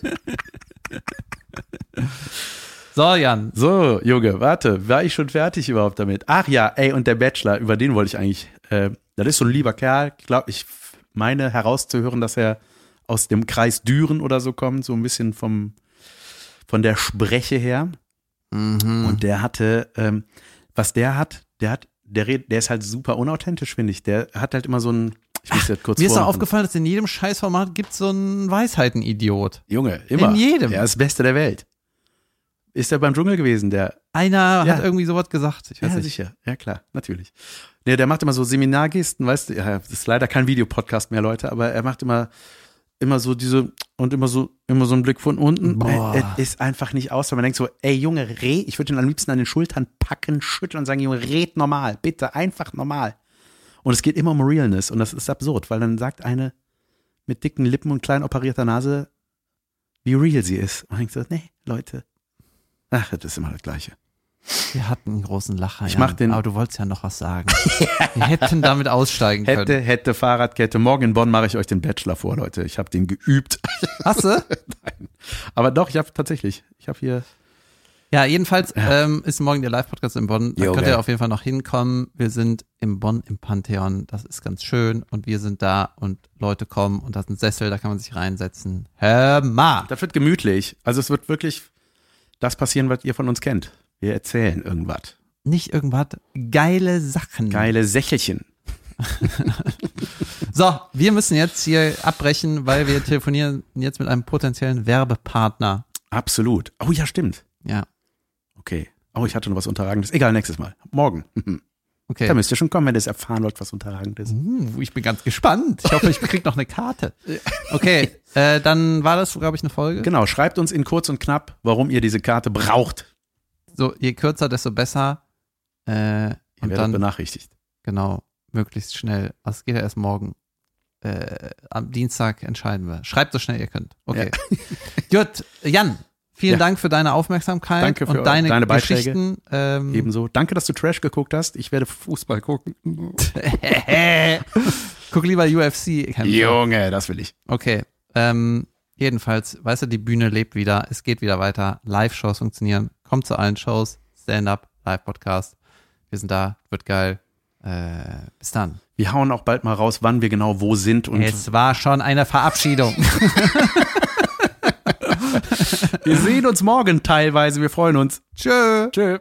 So, Jan, So, Junge, warte, war ich schon fertig überhaupt damit? Ach ja, ey, und der Bachelor, über den wollte ich eigentlich, äh, das ist so ein lieber Kerl, ich glaube, ich f- meine herauszuhören, dass er aus dem Kreis Düren oder so kommt, so ein bisschen vom, von der Spreche her. Mhm. Und der hatte, ähm, was der hat, der hat, der, red, der ist halt super unauthentisch, finde ich. Der hat halt immer so ein, ich muss jetzt kurz Mir ist auch vormachen. aufgefallen, dass in jedem Scheißformat gibt so einen Weisheiten-Idiot. Junge, immer. In jedem. Er ist das Beste der Welt. Ist er beim Dschungel gewesen, der? Einer Ja. hat irgendwie sowas gesagt. Ich weiß ja, nicht. sicher. Ja, klar, natürlich. Nee, der macht immer so Seminargesten, weißt du, ja, das ist leider kein Videopodcast mehr, Leute, aber er macht immer, immer so diese und immer so, immer so einen Blick von unten. Boah. Er, er ist einfach nicht aus, weil man denkt so, ey Junge, red, ich würde ihn am liebsten an den Schultern packen, schütteln und sagen, Junge, red normal, bitte, einfach normal. Und es geht immer um Realness und das ist absurd, weil dann sagt eine mit dicken Lippen und klein operierter Nase, wie real sie ist. Und man denkt so, nee, Leute. Ach, das ist immer das Gleiche. Wir hatten einen großen Lacher. Ich Jan, mach den- Aber du wolltest ja noch was sagen. Wir hätten damit aussteigen können. Hätte, hätte, Fahrradkette. Morgen in Bonn mache ich euch den Bachelor vor, Leute. Ich habe den geübt. Hast du? Aber doch, ich habe tatsächlich. Ich habe hier. Ja, jedenfalls ähm, ist morgen der Live-Podcast in Bonn. Da Jo, könnt geil. ihr auf jeden Fall noch hinkommen. Wir sind im Bonn im Pantheon. Das ist ganz schön. Und wir sind da und Leute kommen und da ist ein Sessel, da kann man sich reinsetzen. Hör mal. Das wird gemütlich. Also es wird wirklich das passieren, was ihr von uns kennt. Wir erzählen irgendwas. Nicht irgendwas. Geile Sachen. Geile Sächelchen. So, wir müssen jetzt hier abbrechen, weil wir telefonieren jetzt mit einem potenziellen Werbepartner. Absolut. Oh ja, stimmt. Ja, Okay. Oh, ich hatte noch was Unterragendes. Egal, nächstes Mal. Morgen. okay. Da müsst ihr schon kommen, wenn ihr es erfahren wollt, was Unterragendes. Hm, ich bin ganz gespannt. Ich hoffe, ich krieg noch eine Karte. Okay, äh, dann war das, glaube ich, eine Folge. Genau, schreibt uns in kurz und knapp, warum ihr diese Karte braucht. So, je kürzer, desto besser. Äh, Ihr und werdet dann, benachrichtigt. genau, möglichst schnell. Das geht ja erst morgen. Äh, am Dienstag entscheiden wir. Schreibt so schnell ihr könnt. Okay. Gut, Jan, vielen Ja. Dank für deine Aufmerksamkeit Danke für und deine, deine Beiträge. Geschichten. Ähm, Ebenso. Danke, dass du Trash geguckt hast. Ich werde Fußball gucken. Guck lieber UFC. Kämpfe. Junge, das will ich. Okay. Ähm, jedenfalls, weißt du, die Bühne lebt wieder. Es geht wieder weiter. Live-Shows funktionieren. Kommt zu allen Shows. Stand-up, Live-Podcast. Wir sind da. Wird geil. Äh, bis dann. Wir hauen auch bald mal raus, wann wir genau wo sind und es war schon eine Verabschiedung. wir sehen uns morgen teilweise. Wir freuen uns. Tschö. Tschö.